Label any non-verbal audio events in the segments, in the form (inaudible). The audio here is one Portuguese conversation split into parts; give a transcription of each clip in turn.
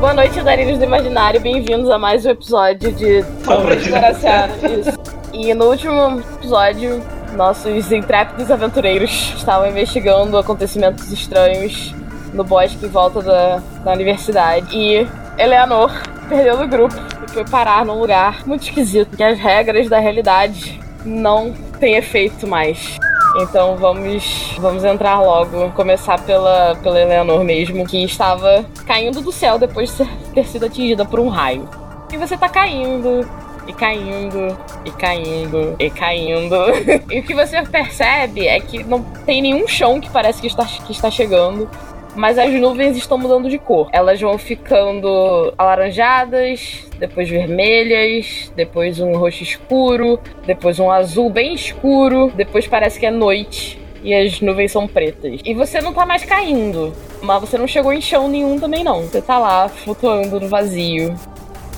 Boa noite, Darilhos do Imaginário. Bem-vindos a mais um episódio de Talvez Paraciado. Isso. E no último episódio, nossos intrépidos aventureiros estavam investigando acontecimentos estranhos no bosque em volta da, da universidade. E Eleanor perdeu do grupo e foi parar num lugar muito esquisito, que as regras da realidade não têm efeito mais. Então vamos, vamos entrar logo, começar pela, pela Eleanor mesmo, que estava caindo do céu depois de ser- ter sido atingida por um raio. E você tá caindo, e caindo, e caindo, e caindo. (laughs) e o que você percebe é que não tem nenhum chão que parece que está, que está chegando. Mas as nuvens estão mudando de cor. Elas vão ficando alaranjadas, depois vermelhas, depois um roxo escuro, depois um azul bem escuro, depois parece que é noite e as nuvens são pretas. E você não tá mais caindo, mas você não chegou em chão nenhum também não. Você tá lá flutuando no vazio,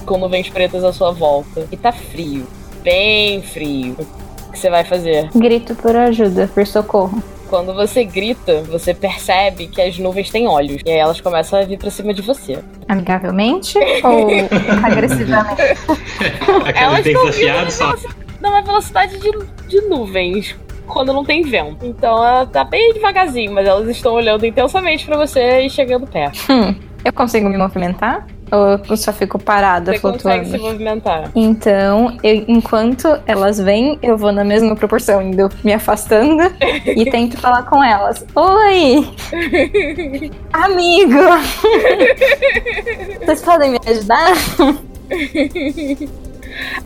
com nuvens pretas à sua volta. E tá frio, bem frio. O que você vai fazer? Grito por ajuda, por socorro. Quando você grita, você percebe que as nuvens têm olhos. E aí elas começam a vir pra cima de você. Amigavelmente (laughs) ou agressivamente? Aquela que tem tão vindo desafiado, na só. veloci- Não, é velocidade de, de nuvens quando não tem vento. Então ela tá bem devagarzinho, mas elas estão olhando intensamente pra você e chegando perto. Hum, eu consigo me movimentar? Ou eu só fico parada, Você consegue se Tá flutuando? movimentar. Então, eu- enquanto elas vêm, eu vou na mesma proporção, indo me afastando e tento (laughs) falar com elas. Oi! Amigo! Vocês podem me ajudar?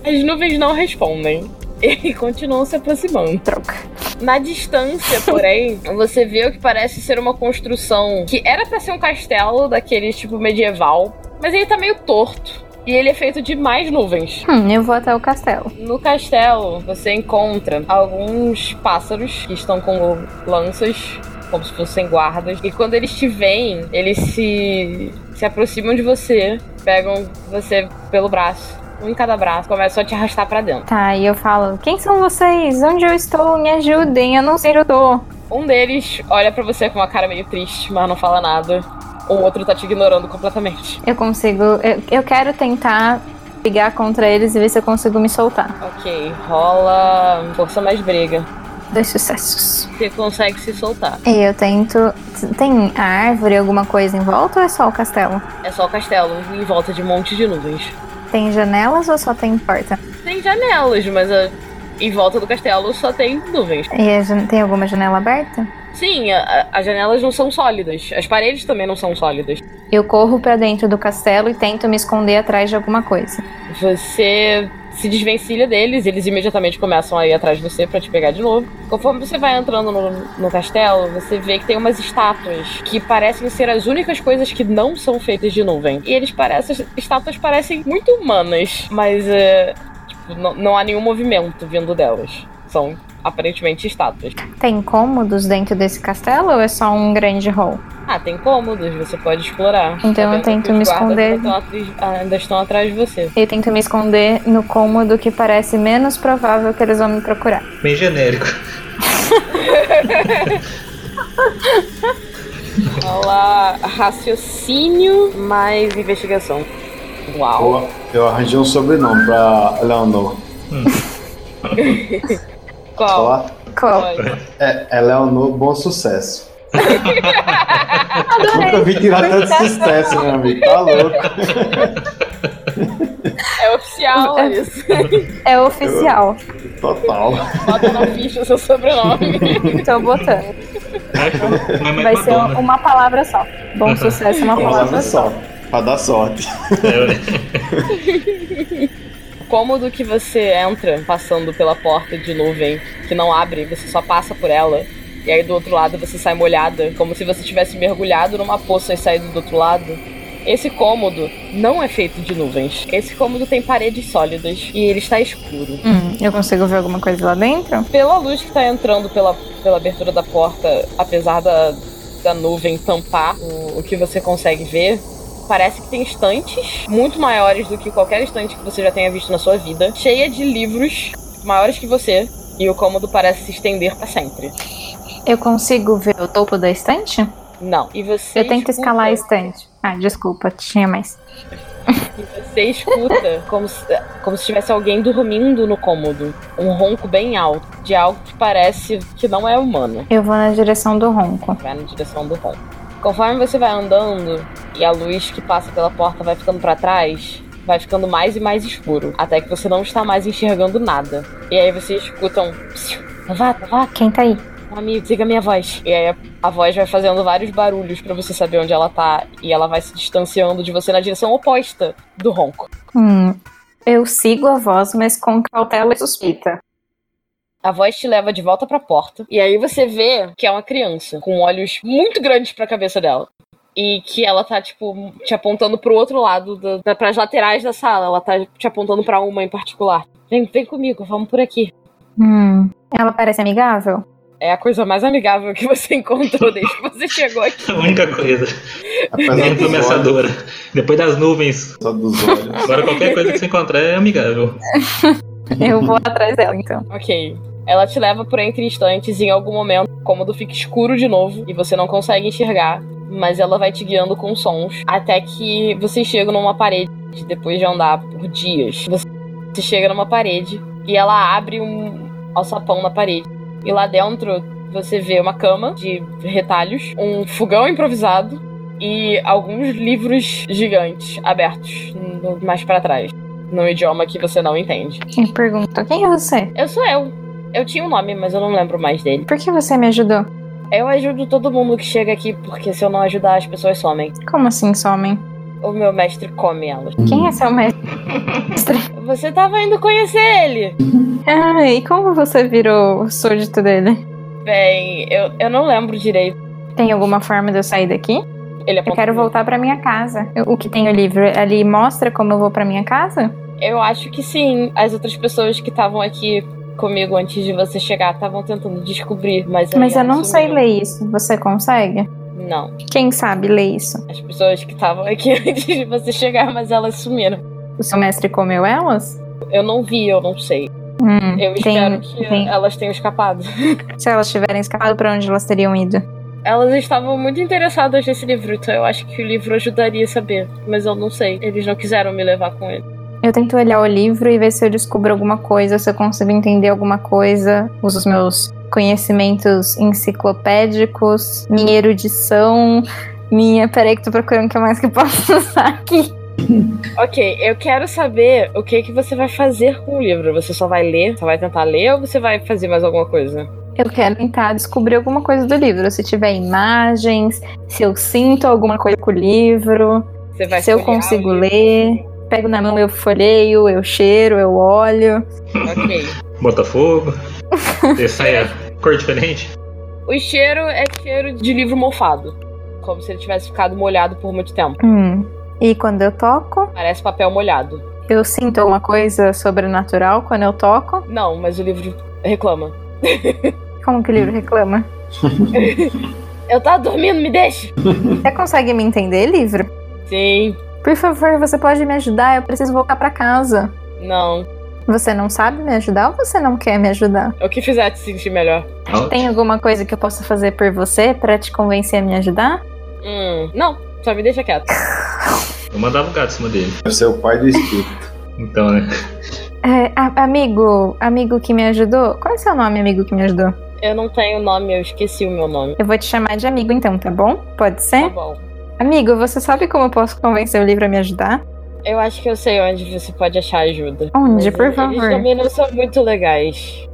As nuvens não respondem. (laughs) E continuam se aproximando. Troca. Na distância, porém, você vê o que parece ser uma construção que era pra ser um castelo daquele tipo medieval, mas ele tá meio torto. E ele é feito de mais nuvens. Hum, eu vou até o castelo. No castelo, você encontra alguns pássaros que estão com lanças, como se fossem guardas. E quando eles te veem, eles se, se aproximam de você, pegam você pelo braço, um em cada braço, começam a te arrastar pra dentro. Tá, e eu falo: Quem são vocês? Onde eu estou? Me ajudem, eu não sei onde eu tô. Um deles olha pra você com uma cara meio triste, mas não fala nada. O outro tá te ignorando completamente. Eu consigo. Eu, eu quero tentar brigar contra eles e ver se eu consigo me soltar. Ok, rola força mais briga. Dois sucessos. Você consegue se soltar. E eu tento. Tem árvore, alguma coisa em volta ou é só o castelo? É só o castelo em volta de um monte de nuvens. Tem janelas ou só tem porta? Tem janelas, mas ah, em volta do castelo só tem nuvens. E a jan- tem alguma janela aberta? Sim, a- a- as janelas não são sólidas. As paredes também não são sólidas. Eu corro pra dentro do castelo e tento me esconder atrás de alguma coisa. Você se desvencilha deles, eles imediatamente começam a ir atrás de você pra te pegar de novo. Conforme você vai entrando no, no castelo, você vê que tem umas estátuas que parecem ser as únicas coisas que não são feitas de nuvem. E eles parecem. as estátuas parecem muito humanas, mas eh, tipo, não, não há nenhum movimento vindo delas. São aparentemente estátuas. Tem cômodos dentro desse castelo ou é só um grande hall? Ah, tem cômodos, você pode explorar. Então eu Sabendo que tento os me guardas esconder. ainda estão atri- ah, Ainda estão atrás de você. Eu tento me esconder no cômodo que parece menos provável que eles vão me procurar. Bem genérico. Olha lá, raciocínio mais investigação. Uau. Eu, eu arranjei um sobrenome pra Leonor. Qual? Ó, Qual? É, é Leonor (laughs) Bom Sucesso. Nunca vi tirar tanto sucesso, meu amigo. Tá louco. É oficial, é isso. É oficial. Total. Bota na ficha o seu sobrenome. Tô botando. Caraca, Não é mais Vai ser um Madonna. uma palavra só. Bom sucesso, uma Uma palavra palavra só. só. Pra dar sorte. O cômodo que você entra passando pela porta de nuvem que não abre, você só passa por ela. E aí do outro lado você sai molhada, como se você tivesse mergulhado numa poça e saído do outro lado. Esse cômodo não é feito de nuvens. Esse cômodo tem paredes sólidas e ele está escuro. Hum, eu consigo ver alguma coisa lá dentro? Pela luz que está entrando pela, pela abertura da porta, apesar da, da nuvem tampar o, o que você consegue ver, parece que tem estantes muito maiores do que qualquer estante que você já tenha visto na sua vida, cheia de livros maiores que você. E o cômodo parece se estender para sempre. Eu consigo ver o topo da estante? Não. E você. Eu tento escuta- escalar a estante. Ah, desculpa, tinha mais. E você escuta (laughs) como se, como se tivesse alguém dormindo no cômodo. Um ronco bem alto, de algo que parece que não é humano. Eu vou na direção do ronco. Vai na direção do ronco. Conforme você vai andando e a luz que passa pela porta vai ficando pra trás, vai ficando mais e mais escuro, até que você não está mais enxergando nada. E aí você escuta um psiu, Novato, novato, Quem tá aí? amigo, siga minha voz. E aí a, a voz vai fazendo vários barulhos pra você saber onde ela tá. E ela vai se distanciando de você na direção oposta do ronco. Hum, eu sigo a voz, mas com cautela e suspeita. A voz te leva de volta pra porta. E aí você vê que é uma criança, com olhos muito grandes pra cabeça dela. E que ela tá, tipo, te apontando pro outro lado, da, da, pras laterais da sala. Ela tá te apontando pra uma em particular. Vem, vem comigo, vamos por aqui. Hum, ela parece amigável? É a coisa mais amigável que você (laughs) encontrou desde que você chegou aqui. um- A única coisa. Apesar Menos dos olhos, ameaçadora. Depois das nuvens. só dos olhos. Agora qualquer coisa que você encontrar é amigável. Eu vou atrás dela, então. Ok. Ela te leva por entre instantes e em algum momento o cômodo fica escuro de novo e você não consegue enxergar, mas ela vai te guiando com sons até que você chega numa parede depois de andar por dias. Você chega numa parede e ela abre um alçapão na parede e lá dentro você vê uma cama de retalhos, um fogão improvisado e alguns livros gigantes abertos no- mais pra trás, num idioma que você não entende. E pergunta: quem é você? Eu sou eu. Eu tinha um nome, mas eu não lembro mais dele. Por que você me ajudou? Eu ajudo todo mundo que chega aqui, porque se eu não ajudar, as pessoas somem. Como assim, somem? O meu mestre come elas. Quem é seu mestre? (laughs) Você tava indo conhecer ele! Ah, e como você virou súdito dele? Bem, eu, eu não lembro direito. Tem alguma forma de eu sair daqui? Ele Eu aponta quero pra mim. voltar pra minha casa. Eu- O que tem o livro? Ali mostra como eu vou pra minha casa? Eu acho que sim. As outras pessoas que estavam aqui comigo antes de você chegar estavam tentando descobrir, mas. aí Mas eu ela não sei sumiu. ler isso. Você consegue? Não. Quem sabe ler isso? As pessoas que estavam aqui (laughs) antes de você chegar, mas elas sumiram. O seu mestre comeu elas? Eu não vi, eu não sei. Hum, Eu tem- espero que tem- elas tenham escapado. Se elas tiverem escapado, pra onde elas teriam ido? Elas estavam muito interessadas nesse livro, então eu acho que o livro ajudaria a saber. Mas eu não sei. Eles não quiseram me levar com ele. Eu tento olhar o livro e ver se eu descubro alguma coisa, se eu consigo entender alguma coisa. Uso os meus conhecimentos enciclopédicos, minha erudição, minha. Peraí, que tô procurando o que mais que eu posso (laughs) usar aqui. Ok, eu quero saber o que que você vai fazer com o livro. Você só vai ler? Só vai tentar ler ou você vai fazer mais alguma coisa? Eu quero tentar descobrir alguma coisa do livro. Se tiver imagens, se eu sinto alguma coisa com o livro, Você vai se eu folhear o consigo livro? ler. Pego na mão, eu folheio, eu cheiro, eu olho. Ok. Botafogo. Você sai a cor diferente. O cheiro é cheiro de livro mofado. Como se ele tivesse ficado molhado por muito tempo. Hum. E quando eu toco, Parece papel molhado. eu sinto alguma coisa sobrenatural quando eu toco. Não, mas o livro reclama. Como que o livro reclama? Eu tava dormindo, me deixa! Você consegue me entender, livro? Sim, Por favor, você pode me ajudar? Eu preciso voltar pra casa. não. Você não sabe me ajudar ou você não quer me ajudar? É O que fizer te sentir melhor. Tem alguma coisa que eu possa fazer por você pra te convencer a me ajudar? Hum, não, só me deixa quieto. um- Eu mandava o gato em cima dele. Deve ser o pai (laughs) do espírito. Então, né? É, a- amigo, amigo que me ajudou? Qual é seu nome, amigo que me ajudou? Eu não tenho nome, eu esqueci o meu nome. Eu vou te chamar de amigo então, tá bom? Pode Tá ser? bom. Amigo, você sabe como eu posso convencer o livro a me ajudar? Eu acho que eu sei onde você pode achar ajuda. Onde, Mas por eles- favor? Eles também não são muito legais.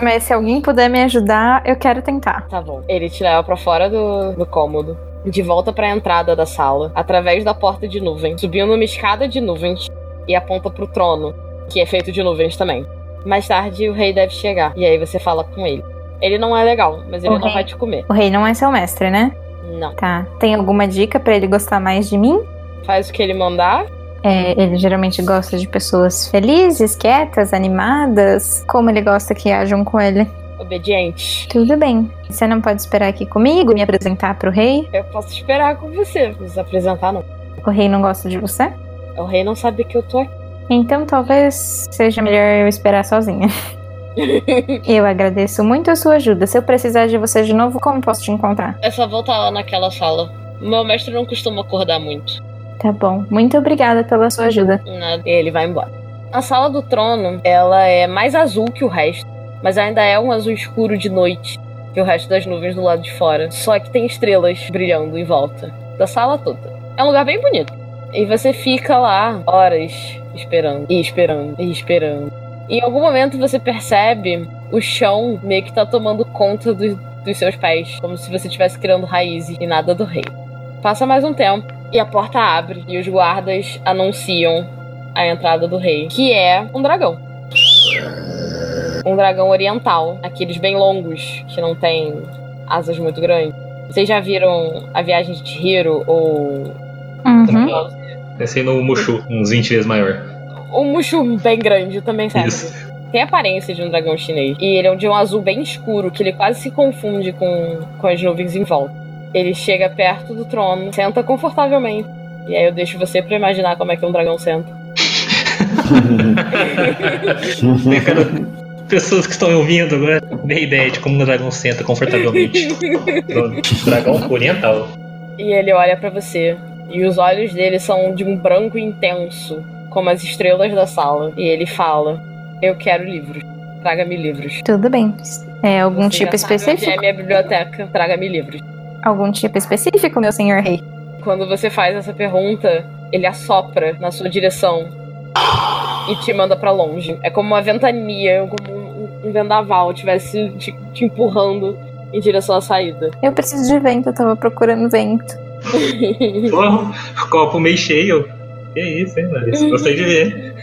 Mas se alguém puder me ajudar, eu quero tentar. Tá bom. Ele te leva pra fora do, do cômodo. De volta pra entrada da sala, através da porta de nuvem, subindo uma escada de nuvens e aponta pro trono, que é feito de nuvens também. Mais tarde o rei deve chegar, e aí você fala com ele. Ele não é legal, mas ele O não rei. vai te comer. O rei não é seu mestre, né? Não. Tá. Tem alguma dica pra ele gostar mais de mim? Faz o que ele mandar, É, ele geralmente gosta de pessoas felizes, quietas, animadas. Como ele gosta que ajam com ele? obediente. Tudo bem. Você não pode esperar aqui comigo, me apresentar pro rei? Eu posso esperar com você, nos apresentar não. O rei não gosta de você? O rei não sabe que eu tô aqui. (laughs) Então talvez seja melhor eu esperar sozinha. Eu agradeço muito a sua ajuda. Se eu precisar de você de novo, como posso te encontrar? É só voltar lá naquela sala. Meu mestre não costuma acordar muito. Tá bom. Muito obrigada pela sua ajuda. Nada. E né, ele vai embora. A sala do trono, ela é mais azul que o resto, mas ainda é um azul escuro de noite que o resto das nuvens do lado de fora. Só que tem estrelas brilhando em volta da sala toda. É um lugar bem bonito. E você fica lá horas esperando, e esperando, e esperando. E em algum momento você percebe o chão meio que tá tomando conta do- dos seus pés, como se você estivesse criando raízes e nada do rei. Passa mais um tempo e a porta abre e os guardas anunciam a entrada do rei, que é um dragão. Um dragão oriental, aqueles bem longos, que não tem asas muito grandes. Vocês já viram a viagem de Chihiro ou Uhum. (laughs) Pensei no Tá um Mushu, uns 20 vezes maior. um Mushu bem grande também serve. Isso. Tem a aparência de um dragão chinês. E ele é de um azul bem escuro, que ele quase se confunde com, com as nuvens em volta. Ele chega perto do trono, senta confortavelmente. E aí eu deixo você pra imaginar como é que um dragão senta. Né, cara? Pessoas que estão me ouvindo agora, nem ideia de como o dragão senta (laughs) confortavelmente. dragão oriental. E ele olha pra você. E os olhos dele são de um branco intenso, como as estrelas da sala. E ele fala: Eu quero livros. Traga-me livros. Tudo bem. É algum Você tipo já sabe específico? Onde é minha biblioteca. Traga-me livros. Algum tipo específico, meu senhor rei? Quando você faz essa pergunta, ele assopra na sua direção e te manda pra longe. É como uma ventania, como um um vendaval estivesse te, te empurrando em direção à saída. (laughs) Eu preciso de vento, eu tava procurando vento. Uhum. Porra, copo meio cheio. Que isso, hein, Larissa? Gostei de ver.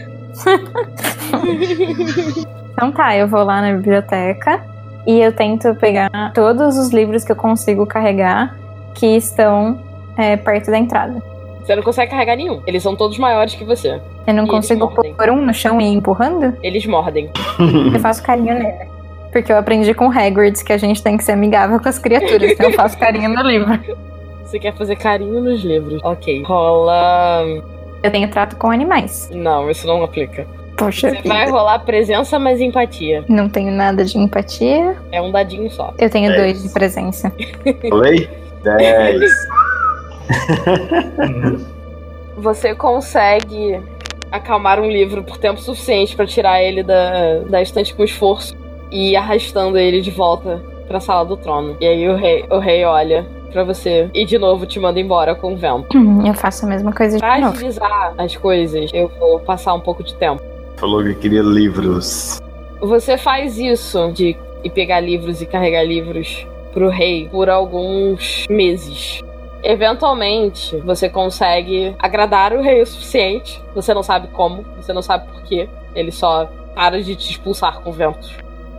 Então tá, eu vou lá na biblioteca e eu tento pegar todos os livros que eu consigo carregar que estão é, perto da entrada. Você não consegue carregar nenhum. Eles são todos maiores que você. Eu não E eles consigo mordem. pôr um no chão e ir empurrando? Eles mordem. Hum. Eu faço carinho nele. Porque eu aprendi com Hagrid que a gente tem que ser amigável com as criaturas, então eu faço carinho no livro. Você quer fazer carinho nos livros. Ok. Rola. Eu tenho trato com animais. Não, isso não aplica. Poxa Você vai vida. rolar presença mais empatia. Não tenho nada de empatia. É um dadinho só. Eu tenho É dois isso. de presença. Falei? 10. Você consegue acalmar um livro por tempo suficiente pra tirar ele da, da estante com esforço e ir arrastando ele de volta pra sala do trono. E aí o rei, o rei olha pra você e de novo te manda embora com o vento. Eu faço a mesma coisa de Pra novo. agilizar as coisas, eu vou passar um pouco de tempo. Falou que queria livros. Você faz isso de ir pegar livros e carregar livros pro rei por alguns meses. Eventualmente, você consegue agradar o rei o suficiente. Você não sabe como, você não sabe por quê. Ele só para de te expulsar com ventos.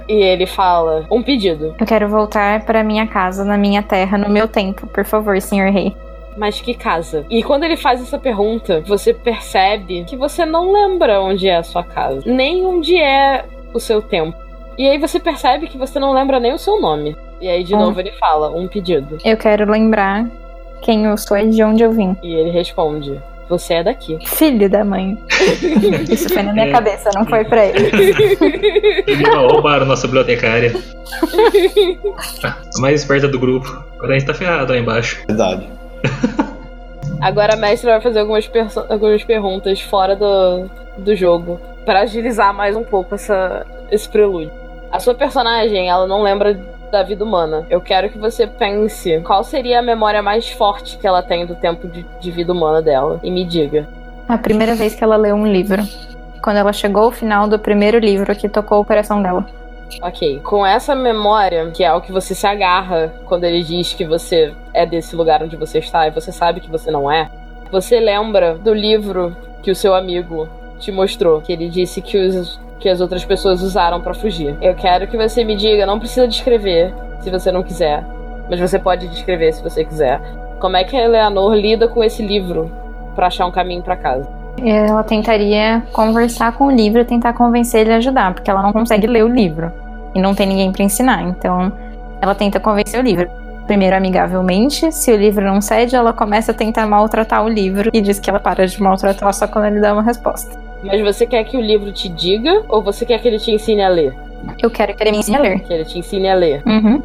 E ele fala um pedido. Eu quero voltar pra minha casa, na minha terra, no meu tempo, por favor, senhor rei. Mas que casa? E quando ele faz essa pergunta, você percebe que você não lembra onde é a sua casa, nem onde é o seu tempo. E aí você percebe que você não lembra nem o seu nome. E aí de Ah. novo ele fala um pedido. Eu quero lembrar quem eu sou e de onde eu vim. E ele responde: Você é daqui. Filho (laughs) da mãe. Isso foi na minha É. cabeça, não foi pra ele. Eles Uhum. roubaram nossa bibliotecária. A mais esperta do grupo. Agora a gente tá ferrado lá embaixo. Verdade. Agora a mestre vai fazer algumas, perso- algumas perguntas fora do, do jogo pra agilizar mais um pouco essa, esse prelúdio. A sua personagem, ela não lembra da vida humana. Eu quero que você pense qual seria a memória mais forte que ela tem do tempo de, de vida humana dela. E me diga. A primeira vez que ela leu um livro. Quando ela chegou ao final do primeiro livro que tocou o coração dela. Ok. Com essa memória, que é o que você se agarra quando ele diz que você é desse lugar onde você está e você sabe que você não é, você lembra do livro que o seu amigo te mostrou, que ele disse que, os, que as outras pessoas usaram pra fugir. Eu quero que você me diga, não precisa descrever se você não quiser, mas você pode descrever se você quiser. Como é que a Eleanor lida com esse livro pra achar um caminho pra casa? E Ela tentaria conversar com o livro, tentar convencer ele a ajudar, porque ela não consegue ler o livro. E não tem ninguém pra ensinar. Então, ela tenta convencer o livro. Primeiro, amigavelmente. Se o livro não cede, ela começa a tentar maltratar o livro e diz que ela para de maltratar só quando ele dá uma resposta. Mas você quer que o livro te diga ou você quer que ele te ensine a ler? Eu quero que ele me ensine a ler. Que ele te ensine a ler. Uhum.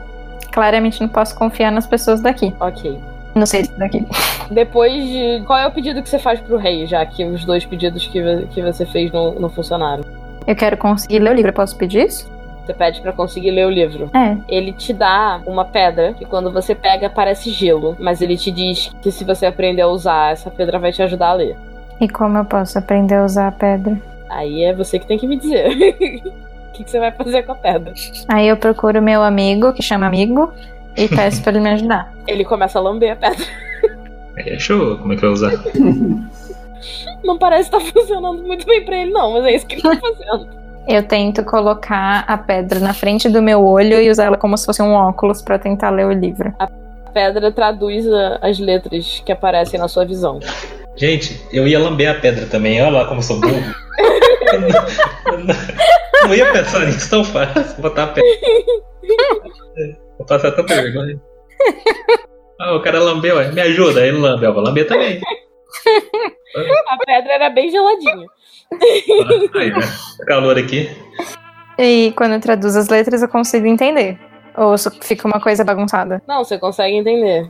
Claramente não posso confiar nas pessoas daqui. Ok. Não sei daqui. Depois de. Qual é o pedido que você faz pro rei, já que os dois pedidos que, vo- que você fez não, não funcionaram? Eu quero conseguir ler o livro. Eu posso pedir isso? Você pede pra conseguir ler o livro. É. Ele te dá uma pedra que quando você pega parece gelo, mas ele te diz que se você aprender a usar, essa pedra vai te ajudar a ler. E como eu posso aprender a usar a pedra? Aí é você que tem que me dizer. (laughs) O que, que você vai fazer com a pedra? Aí eu procuro meu amigo, que chama amigo, e peço pra ele me ajudar. Ele começa a lamber a pedra. É, show, como é que vai usar? Não parece estar funcionando muito bem pra ele, não, mas é isso que ele tá fazendo. Eu tento colocar a pedra na frente do meu olho e usar ela como se fosse um óculos pra tentar ler o livro. A pedra traduz a- as letras que aparecem na sua visão. Gente, eu ia lamber a pedra também, olha lá como eu sou burro. Eu não, eu não- não ia pensar nisso tão fácil, botar a pedra. Vou passar tanta vergonha. Ah, o cara lambeu, ué, me ajuda, aí ele lambeu, vou lamber também. A pedra era bem geladinha. Ah, aí, né? Calor aqui. E quando eu traduzo as letras eu consigo entender. Ou só fica uma coisa bagunçada. Não, você consegue entender.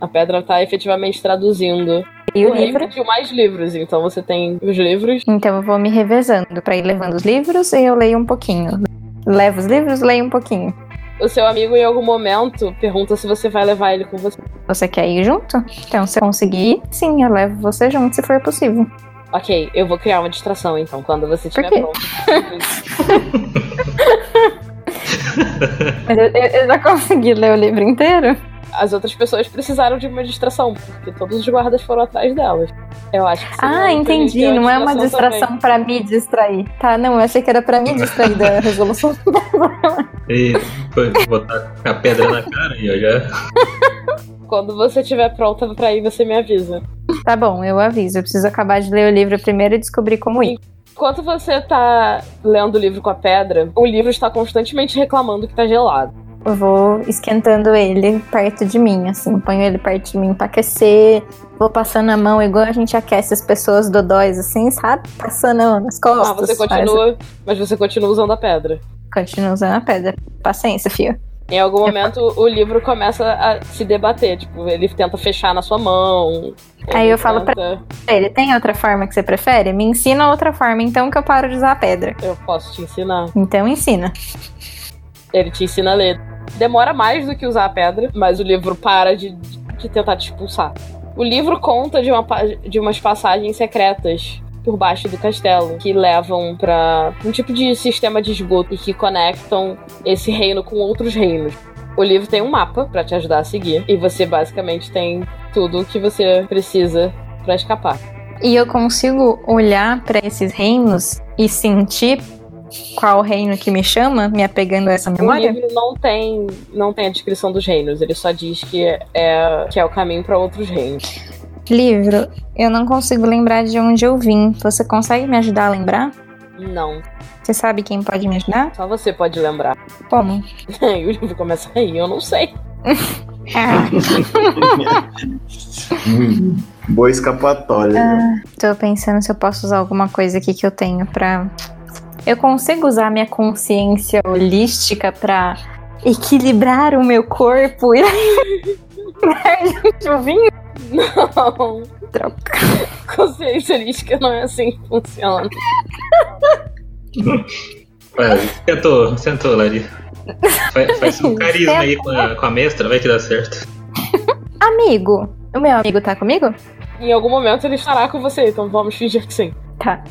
A pedra tá efetivamente traduzindo. E o rei livro? pediu mais livros, então você tem os livros. Então eu vou me revezando pra ir levando os livros e eu leio um pouquinho. Levo os livros, leio um pouquinho. O seu amigo, em algum momento, pergunta se você vai levar ele com você. Você quer ir junto? Então, se eu conseguir, sim, eu levo você junto se for possível. Ok, eu vou criar uma distração então, quando você Por tiver quê? pronto. Mas eu, eu- eu já consegui ler o livro inteiro? As outras pessoas precisaram de uma distração, porque todos os guardas foram atrás delas. Eu acho que seria Ah, útil entendi. ter Não é uma distração pra me distrair. Tá, não, eu achei que era pra me (laughs) distrair da resolução. E foi botar a pedra na cara e eu já. também. Quando você estiver pronta pra ir, você me avisa. Tá bom, eu aviso. Eu preciso acabar de ler o livro primeiro e descobrir como ir. Enquanto você tá lendo o livro com a pedra, o livro está constantemente reclamando que tá gelado. Eu vou esquentando ele perto de mim, assim. Ponho ele perto de mim pra aquecer. Vou passando a mão, igual a gente aquece as pessoas dodóis, assim, sabe? Passando a mão nas costas. Ah, você faz- continua, mas você continua usando a pedra. Continua usando a pedra. Paciência, fio. Em algum É. momento o livro começa a se debater, tipo, ele tenta fechar na sua mão. Aí ele eu falo pra- tenta- Ele tem outra forma que você prefere? Me ensina outra forma, então, que eu paro de usar a pedra. Eu posso te ensinar. Então ensina. Ele te ensina a ler. Demora mais do que usar a pedra, mas o livro para de, de tentar te expulsar. O livro conta de, uma pa- de umas passagens secretas por baixo do castelo, que levam pra um tipo de sistema de esgoto e que conectam esse reino com outros reinos. O livro tem um mapa pra te ajudar a seguir, e você basicamente tem tudo o que você precisa pra escapar. E eu consigo olhar pra esses reinos e sentir qual reino que me chama, me apegando a essa O memória? livro não tem, não tem a descrição dos reinos, ele só diz que é, que é o caminho pra outros reinos. Livro, eu não consigo lembrar de onde eu vim. Você consegue me ajudar a lembrar? Não, Você sabe quem pode me ajudar? só você pode lembrar. (laughs) Como? E o livro começa a rir, eu não sei. Ah, Hum, Boa escapatória. É. né? tô pensando se eu posso usar alguma coisa aqui que eu tenho pra. Eu consigo usar minha consciência holística pra equilibrar o meu corpo (laughs) e. Eu vim Não, troca. (laughs) consciência holística Então, não é assim que funciona. Vai, É, Sentou, sentou, Lari. Faz, faz um carisma aí com a, com a mestra, vai que dá certo. Amigo, o meu amigo tá comigo? Em algum momento ele estará com você, então vamos fingir que sim. Tá.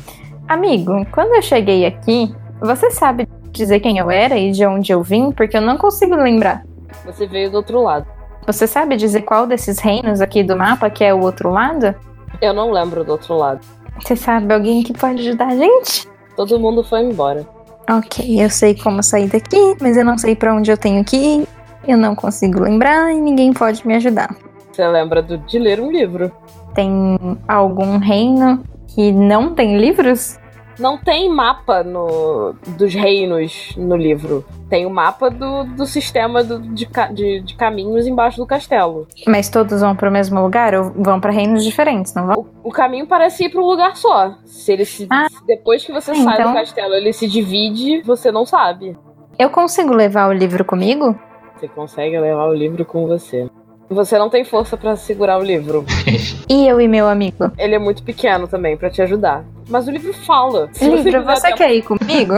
Amigo, quando eu cheguei aqui, você sabe dizer quem eu era e de onde eu vim? Porque eu não consigo lembrar. Você veio do outro lado. Você sabe dizer qual desses reinos aqui do mapa que é o outro lado? Eu não lembro do outro lado. Você sabe alguém que pode ajudar a gente? Todo mundo foi embora. Ok, eu sei como sair daqui, mas eu não sei pra onde eu tenho que ir. Eu não consigo lembrar e ninguém pode me ajudar. Você lembra do- de ler um livro? Tem algum reino que não tem livros? Não tem mapa no- dos reinos no livro. Tem o mapa do, do sistema do- de, ca- de- de caminhos embaixo do castelo. Mas todos vão pro mesmo lugar ou vão pra reinos diferentes, não vão? O caminho parece ir para um lugar só. Se ele se, Ah. depois que você Então- sai do castelo, ele se divide, você não sabe. Eu consigo levar o livro comigo? Você consegue levar o livro com você. Você não tem força pra segurar o livro. E eu e meu amigo? Ele é muito pequeno também pra te ajudar. Mas o livro fala. Se livro, quiser você até- um quer ir comigo?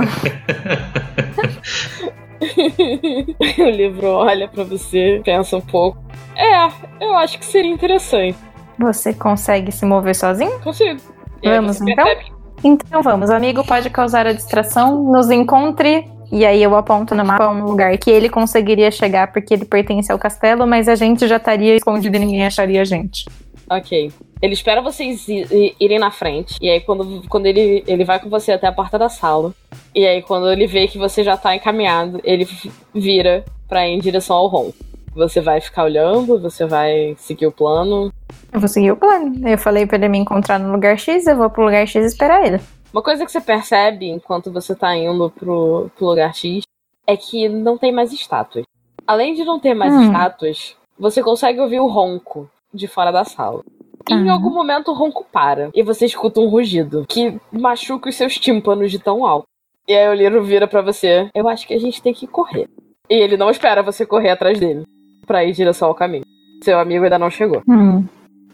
o livro olha pra você, pensa um pouco. É, eu acho que seria interessante. Você consegue se mover sozinho? Consigo. E aí Vamos, você então? percebe que Então vamos, o amigo pode causar a distração, nos encontre. E aí eu aponto no mapa um lugar que ele conseguiria chegar porque ele pertence ao castelo, mas a gente já estaria escondido e ninguém acharia a gente. Ok. Ele espera vocês i- i- irem na frente. E aí, quando, quando ele, ele vai com você até a porta da sala. E aí, quando ele vê que você já tá encaminhado, ele f- vira pra ir em direção ao Ron. Você vai ficar olhando, você vai seguir o plano. Eu vou seguir o plano. Eu falei pra ele me encontrar no lugar X, eu vou pro lugar X e esperar ele. Uma coisa que você percebe enquanto você tá indo pro, pro lugar X é que não tem mais estátuas. Além de não ter mais Hum. estátuas, você consegue ouvir o ronco de fora da sala. E em Ah. algum momento o ronco para e você escuta um rugido que machuca os seus tímpanos de tão alto. E aí o Liro vira pra você. Eu acho que a gente tem que correr. E ele não espera você correr atrás dele pra ir em direção ao caminho. Seu amigo ainda não chegou. Hum.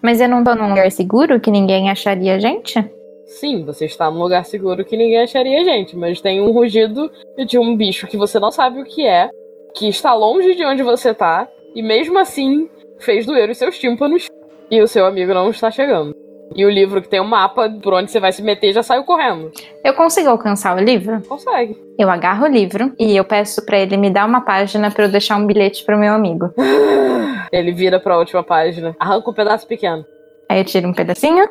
Mas eu não tô num lugar seguro que ninguém acharia a gente? Sim, você está num lugar seguro que ninguém acharia a gente, mas tem um rugido de um bicho que você não sabe o que é, que está longe de onde você tá, e mesmo assim fez doer os seus tímpanos, e o seu amigo não está chegando. E o livro que tem um mapa por onde você vai se meter já saiu correndo. Eu consigo alcançar o livro? Consegue. Eu agarro o livro e eu peço pra ele me dar uma página pra eu deixar um bilhete pro meu amigo. Ele vira pra última página, arranca um pedaço pequeno. Aí eu tiro um pedacinho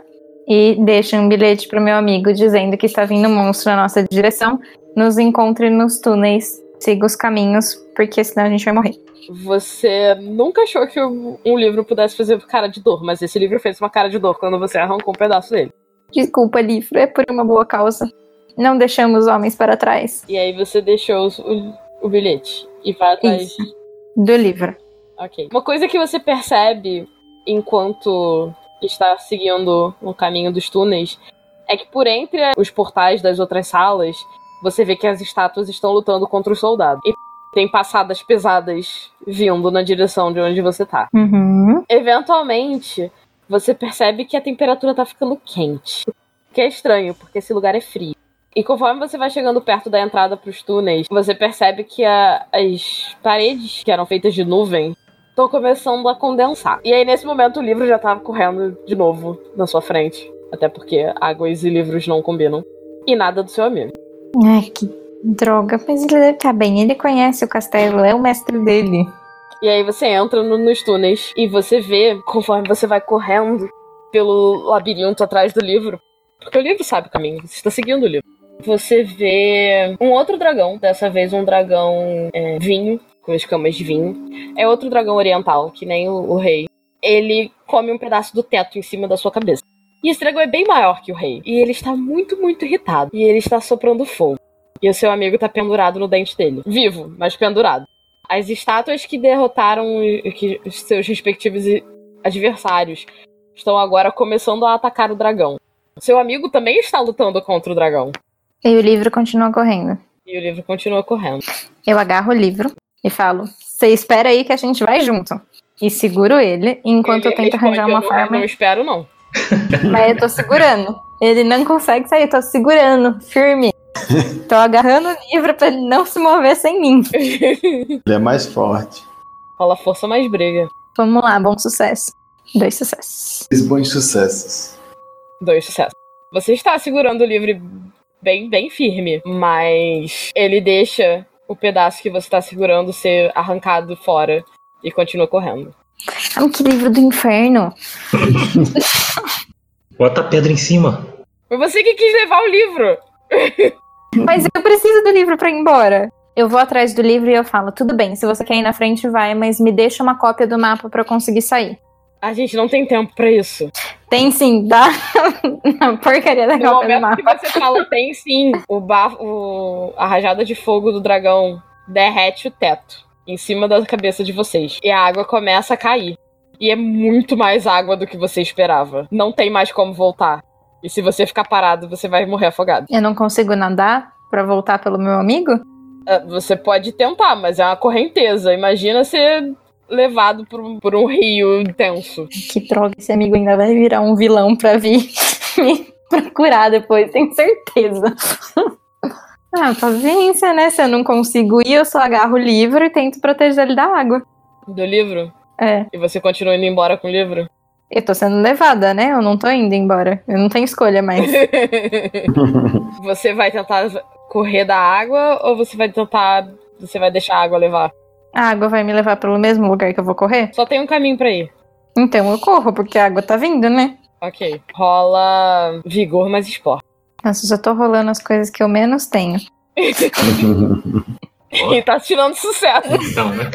e deixo um bilhete pro meu amigo dizendo que está vindo um monstro na nossa direção. Nos encontre nos túneis, siga os caminhos, porque senão a gente vai morrer. Você nunca achou que um um livro pudesse fazer cara de dor, mas esse livro fez uma cara de dor quando você arrancou um pedaço dele. Desculpa, livro, é por uma boa causa. Não deixamos homens para trás E aí você deixou os- o, o bilhete e vai atrás. Isso. do livro. Ok. Uma coisa que você percebe enquanto está seguindo o caminho dos túneis é que por entre os portais das outras salas, você vê que as estátuas estão lutando contra os soldados. E tem passadas pesadas vindo na direção de onde você tá. Uhum. Eventualmente, você percebe que a temperatura tá ficando quente. O que é estranho, porque esse lugar é frio. E conforme você vai chegando perto da entrada pros túneis, você percebe que a- as paredes, que eram feitas de nuvem, estão começando a condensar. E aí, nesse momento, o livro já tava correndo de novo na sua frente. Até porque águas e livros não combinam. E nada do seu amigo. Ai, que droga. Mas ele deve estar bem, ele conhece o castelo, é o mestre dele. E aí você entra no- nos túneis e você vê, conforme você vai correndo pelo labirinto atrás do livro, porque o livro sabe o caminho, você está seguindo o livro. Você vê um outro dragão, dessa vez um dragão é, vinho, com escamas de vinho. É outro dragão oriental, que nem o, o rei. Ele come um pedaço do teto em cima da sua cabeça. E esse dragão é bem maior que o rei. E ele está muito, muito irritado. E ele está soprando fogo. E o seu amigo está pendurado no dente dele. Vivo, mas pendurado. As estátuas que derrotaram e- que os seus respectivos i- adversários estão agora começando a atacar o dragão. Seu amigo também está lutando contra o dragão. E o livro continua correndo. E o livro continua correndo. Eu agarro o livro e falo: Você espera aí que a gente vai junto. E seguro ele enquanto Ele eu tento responde, arranjar uma não- é forma. (laughs) Não espero, não. Mas eu tô segurando. Ele não consegue sair, eu tô segurando, firme. Tô agarrando o livro pra ele não se mover sem mim. Ele é mais forte. Fala força mais briga. Vamos lá, bom sucesso. Dois sucessos. Fiz bons sucessos. (laughs) Dois sucessos. Você está segurando o livro bem, bem firme, mas ele deixa o pedaço que você está segurando ser arrancado fora e continua correndo. Ah, que livro do inferno. Bota a pedra em cima. Foi você que quis levar o livro! Mas eu preciso do livro pra ir embora. Eu vou atrás do livro e eu falo: Tudo bem, se você quer ir na frente, vai, mas me deixa uma cópia do mapa pra eu conseguir sair. A gente não tem tempo pra isso. Tem sim, dá (laughs) a porcaria (laughs) da No cópia do momento que mapa. você fala tem sim, o ba- o- a rajada de fogo do dragão derrete o teto em cima da cabeça de vocês. E a água começa a cair. E é muito mais água do que você esperava. Não tem mais como voltar. E se você ficar parado, você vai morrer afogado. Eu não consigo nadar pra voltar pelo meu amigo? É, Você pode tentar, mas é uma correnteza. Imagina ser levado por um, por um rio intenso. Que droga, esse amigo ainda vai virar um vilão pra vir (laughs) me procurar depois, tenho certeza. (laughs) Ah, paciência, né? Se eu não consigo ir, eu só agarro o livro e tento proteger ele da água. Do livro? É, E você continua indo embora com o livro? eu tô sendo levada, né? Eu não tô indo embora. Eu não tenho escolha mais. Você vai tentar correr da água ou você vai tentar. Você vai deixar a água levar? A água vai me levar pelo mesmo lugar que eu vou correr? Só tem um caminho pra ir. Então eu corro, porque a água tá vindo, né? Ok. Rola vigor mais esporte. Nossa, eu já tô rolando as coisas que eu menos tenho. e tá tirando sucesso. Então, né?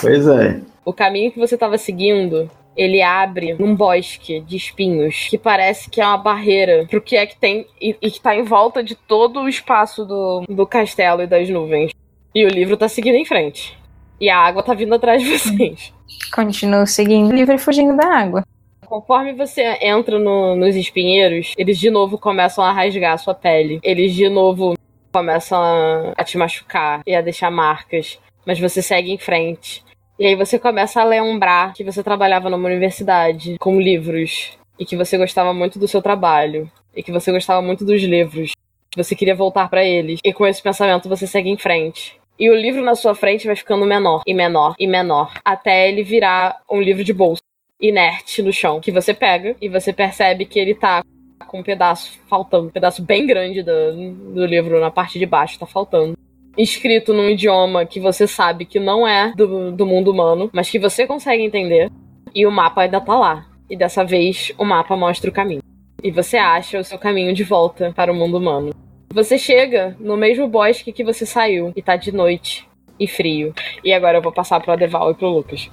pois é. O caminho que você tava seguindo, ele abre num bosque de espinhos que parece que é uma barreira pro que é que tem e, e que tá em volta de todo o espaço do, do castelo e das nuvens. E o livro tá seguindo em frente. E a água tá vindo atrás de (laughs) vocês. Continuo seguindo o livro e fugindo da água. Conforme você entra no- nos espinheiros, eles de novo começam a rasgar a sua pele. Eles de novo começam a, a te machucar e a deixar marcas. Mas você segue em frente. E aí você começa a lembrar que você trabalhava numa universidade com livros. E que você gostava muito do seu trabalho. E que você gostava muito dos livros. Que você queria voltar pra eles. E com esse pensamento você segue em frente. E o livro na sua frente vai ficando menor e menor e menor. Até ele virar um livro de bolso inerte no chão que você pega e você percebe que ele tá com um pedaço faltando, um pedaço bem grande do, do livro na parte de baixo tá faltando. Escrito num idioma que você sabe que não é do, do mundo humano, mas que você consegue entender. E o mapa ainda tá lá. E dessa vez o mapa mostra o caminho. E você acha o seu caminho de volta para o mundo humano. Você chega no mesmo bosque que você saiu e tá de noite e frio. E agora eu vou passar pro Adeval e pro Lucas.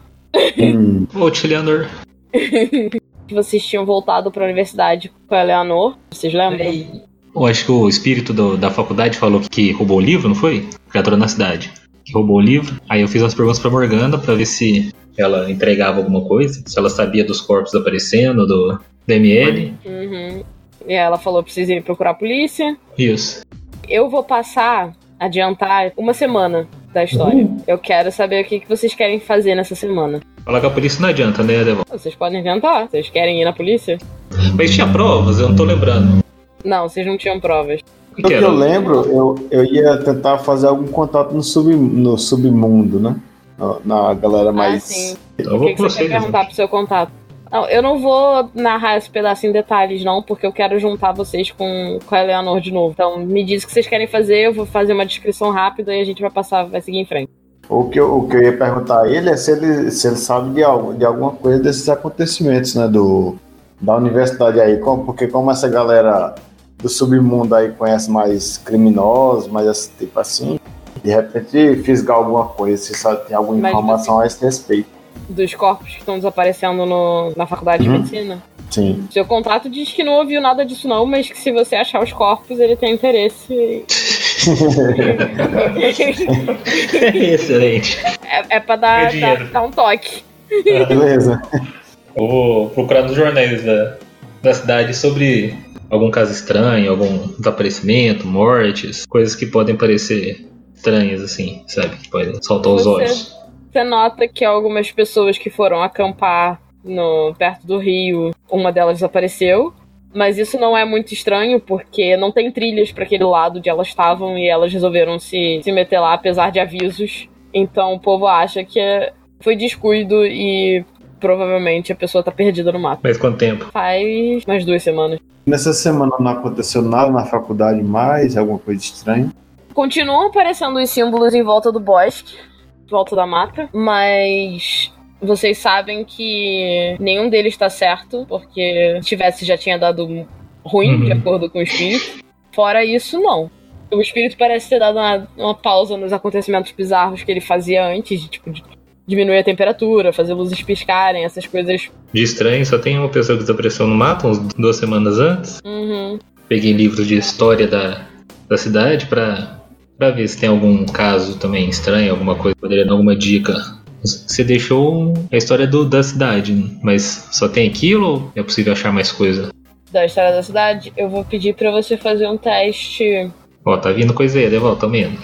Hum, Ô, Tilianor. que vocês tinham voltado pra universidade com a Eleanor. Vocês lembram? Eu acho que o espírito do- da faculdade falou que roubou o livro, não foi? Criatura na cidade. Que roubou o livro. Aí eu fiz umas perguntas pra Morgana pra ver se ela entregava alguma coisa, se ela sabia dos corpos aparecendo, do DML. Uhum. E ela falou: precisa ir procurar a polícia. Isso. Eu vou passar, adiantar, uma semana da história. Uhum. Eu quero saber o que, que vocês querem fazer nessa semana. Falar com a polícia não adianta, né, Devon? Vocês podem inventar. Vocês querem ir na polícia? Mas tinha provas, eu não tô lembrando. Não, vocês não tinham provas. O que, que Pelo que era? eu lembro, eu, eu ia tentar fazer algum contato no, sub, no submundo, né? Na- Na galera Ah, sim. mais. Então Eu O vou que, que com você vocês. quer perguntar pro seu contato? Não, eu não vou narrar esse pedaço em detalhes, não, porque eu quero juntar vocês com, com a Eleanor de novo. Então, me diz o que vocês querem fazer, eu vou fazer uma descrição rápida e a gente vai passar, vai seguir em frente. O, que eu, o que eu ia perguntar a ele é se ele, se ele sabe de, algo, de alguma coisa desses acontecimentos, né? Do, da universidade aí. Como- porque como essa galera do submundo aí conhece mais criminosos, mais esse tipo assim. De repente fisgar alguma coisa, se sabe, tem alguma Mas informação a esse respeito. Dos corpos que estão desaparecendo no- na faculdade de Uhum. medicina. Sim. (laughs) Seu contato diz que não ouviu nada disso, não, mas que se você achar os corpos, ele tem interesse. (laughs) (laughs) Excelente. é, é pra dar, Meu dinheiro. dar- dar um toque. Beleza. Eu vou procurar nos jornais da, da cidade sobre algum caso estranho, algum desaparecimento, mortes, coisas que podem parecer estranhas, assim, sabe? Que podem saltar os Você- olhos. Você nota que algumas pessoas que foram acampar no, perto do rio, uma delas desapareceu. Mas isso não é muito estranho, porque não tem trilhas para aquele lado de elas estavam e elas resolveram se, se meter lá, apesar de avisos. Então o povo acha que é- foi descuido e provavelmente a pessoa tá perdida no mato. Mas quanto tempo? Faz umas duas semanas. Nessa semana não aconteceu nada na faculdade mais, alguma coisa estranha. Continuam aparecendo os símbolos em volta do bosque, em volta da mata, mas vocês sabem que nenhum deles tá certo, porque se tivesse já tinha dado ruim, Uhum. de acordo com o espírito. Fora isso, não. O espírito parece ter dado uma, uma pausa nos acontecimentos bizarros que ele fazia antes, de, tipo, de diminuir a temperatura, fazer luzes piscarem, essas coisas. De estranho, só tem uma pessoa que desapareceu no mato uns duas semanas antes. Uhum. Peguei livros de história da, da cidade pra, pra ver se tem algum caso também estranho, alguma coisa, poderia dar alguma dica. Você deixou a história do- da cidade, mas só tem aquilo ou é possível achar mais coisa? da história da cidade, eu vou pedir pra você fazer um teste Ó, tá vindo coisa aí, devolta o menino.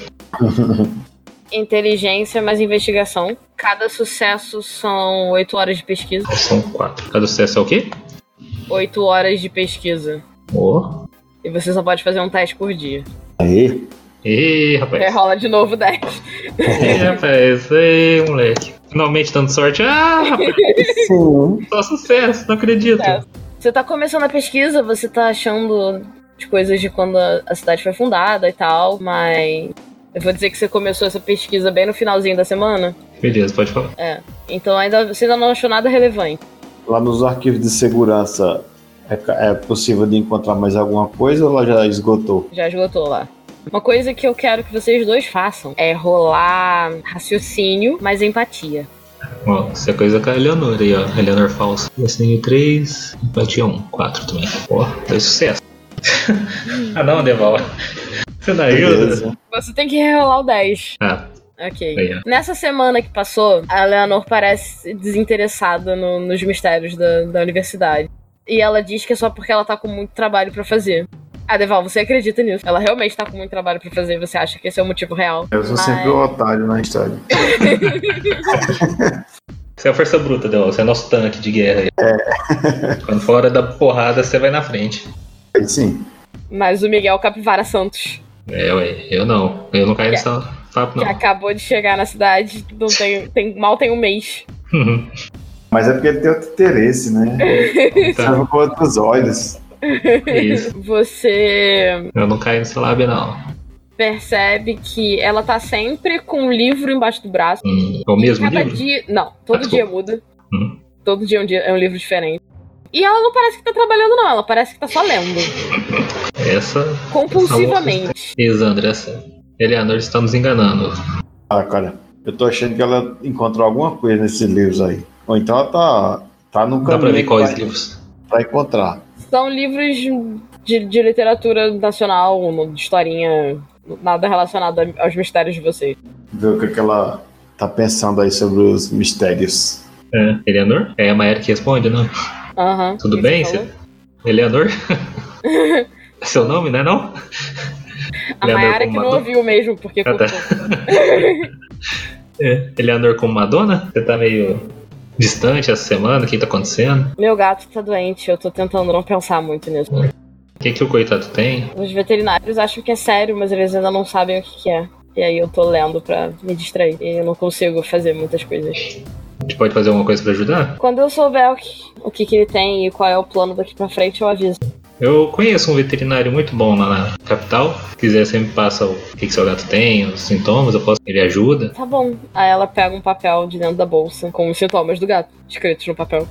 Inteligência mais investigação. Cada sucesso são 8 horas de pesquisa. São quatro. Cada sucesso é o quê? 8 horas de pesquisa. Ó. E você só pode fazer um teste por dia. Aí. Ih, rapaz. Aí rola de novo 10. Ih, rapaz. Ei, moleque. Finalmente dando sorte. Ah, rapaz. (laughs) Sim. Só sucesso, não acredito. Sucesso. Você tá começando a pesquisa, você tá achando as coisas de quando a a cidade foi fundada e tal, mas. Eu vou dizer que você começou essa pesquisa bem no finalzinho da semana, Beleza, pode falar. então ainda, você ainda não achou nada relevante. Lá nos arquivos de segurança é, ca- é possível de encontrar mais alguma coisa ou ela já esgotou? Já esgotou lá. Uma coisa que eu quero que vocês dois façam é rolar raciocínio mais empatia. Ó, isso é coisa com a Eleanor aí, ó. Eleanor falsa. Assinei 3, empatia 1, 4 um, também. Ó, dois sucesso. (laughs) ah não, Deval. Você não ajuda? Beleza. Você tem que rerolar o 10. Ah, Ok. aí, ó. Nessa semana que passou, a Leonor parece desinteressada no- nos mistérios da, da universidade. E ela diz que é só porque ela tá com muito trabalho pra fazer. Ah, Deval, você acredita nisso? Ela realmente tá com muito trabalho pra fazer, você acha que esse é o motivo (laughs) real? Eu sou sempre o otário na história. Você é a força bruta, Deval. Você é nosso tanque de guerra aí. Quando for hora da porrada, você vai na frente. Aí sim. Mas o Miguel Capivara Santos, É, ué, eu não. Eu não caio nessa papo, que não. acabou de chegar na cidade, não tem, tem- mal tem um mês. Uhum. Mas é porque ele tem outro interesse, (laughs) né? Tá, é Estava com outros olhos. isso. Você Eu não caio nessa lábia, não. percebe que ela tá sempre com um livro embaixo do braço. Hum, é o mesmo Cada livro? dia. Não, todo Ah, dia muda. Hum. Todo dia é um, dia é um livro diferente. E ela não parece que tá trabalhando, não. Ela parece que tá só lendo. É Essa. Compulsivamente. Isso, André, essa. Eleanor está nos enganando. Ah, cara, eu tô achando que ela encontrou alguma coisa nesses livros aí. Ou então ela tá, tá no Dá caminho pra ver quais pra- livros. pra encontrar. São livros de, de literatura nacional, de historinha. Nada relacionado a- aos mistérios de vocês. Ver o que, que ela tá pensando aí sobre os mistérios. É. Eleanor? É a Maera que responde, não? Aham. Tudo Você bem? falou? Cê- (laughs) Eleanor? É Seu nome, né? Não? A Leandro Mayara que como não Madonna? ouviu mesmo, porque Ah, tá. cortou. É. Eleanor como Madonna? Você tá meio distante essa semana? O que tá acontecendo? Meu gato tá doente, eu tô tentando não pensar muito nisso. O que, que o coitado tem? Os veterinários acham que é sério, mas eles ainda não sabem o que, que é. E aí eu tô lendo pra me distrair. E eu não consigo fazer muitas coisas. A gente pode fazer alguma coisa pra ajudar? Quando eu souber o que, o que, que ele tem e qual é o plano daqui pra frente, eu aviso. Eu conheço um veterinário muito bom lá na capital. Se quiser, você me passa o que, que seu gato tem, os sintomas, eu posso. Ele ajuda. Tá bom. Aí ela pega um papel de dentro da bolsa com os sintomas do gato escritos no papel.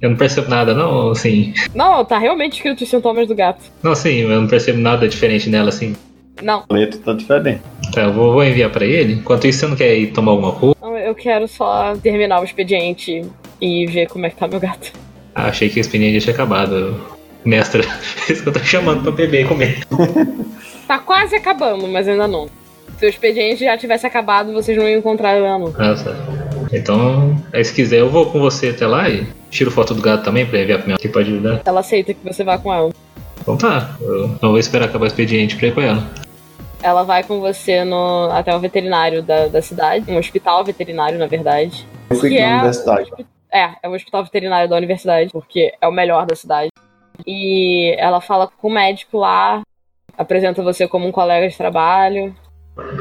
Eu não percebo nada, não, assim. (laughs) Não, tá realmente escrito os sintomas do gato. Não, assim, eu não percebo nada diferente nela, assim. Não, A letra tá diferente. Tá, eu vou, vou enviar pra ele. Enquanto isso, você não quer ir tomar alguma coisa? não, eu quero só terminar o expediente e ver como é que tá meu gato. Ah, achei que o expediente tinha acabado. (laughs) Mestra, isso que eu tô chamando pra beber e comer. Tá quase acabando, mas ainda não. Se o expediente já tivesse acabado, vocês não iam encontrar ela, não. Ah, tá. Então, aí se quiser, eu vou com você até lá e tiro foto do gato também pra enviar pra minha que pode ajudar. Ela aceita que você vá com ela. Então tá, eu não vou esperar acabar o expediente pra ir com ela. Ela vai com você no, até o veterinário da, da cidade, um hospital veterinário, na verdade. Eu fui Que na é (laughs) universidade. É, é o hospital veterinário da universidade, porque é o melhor da cidade. E ela fala com o médico lá, apresenta você como um colega de trabalho.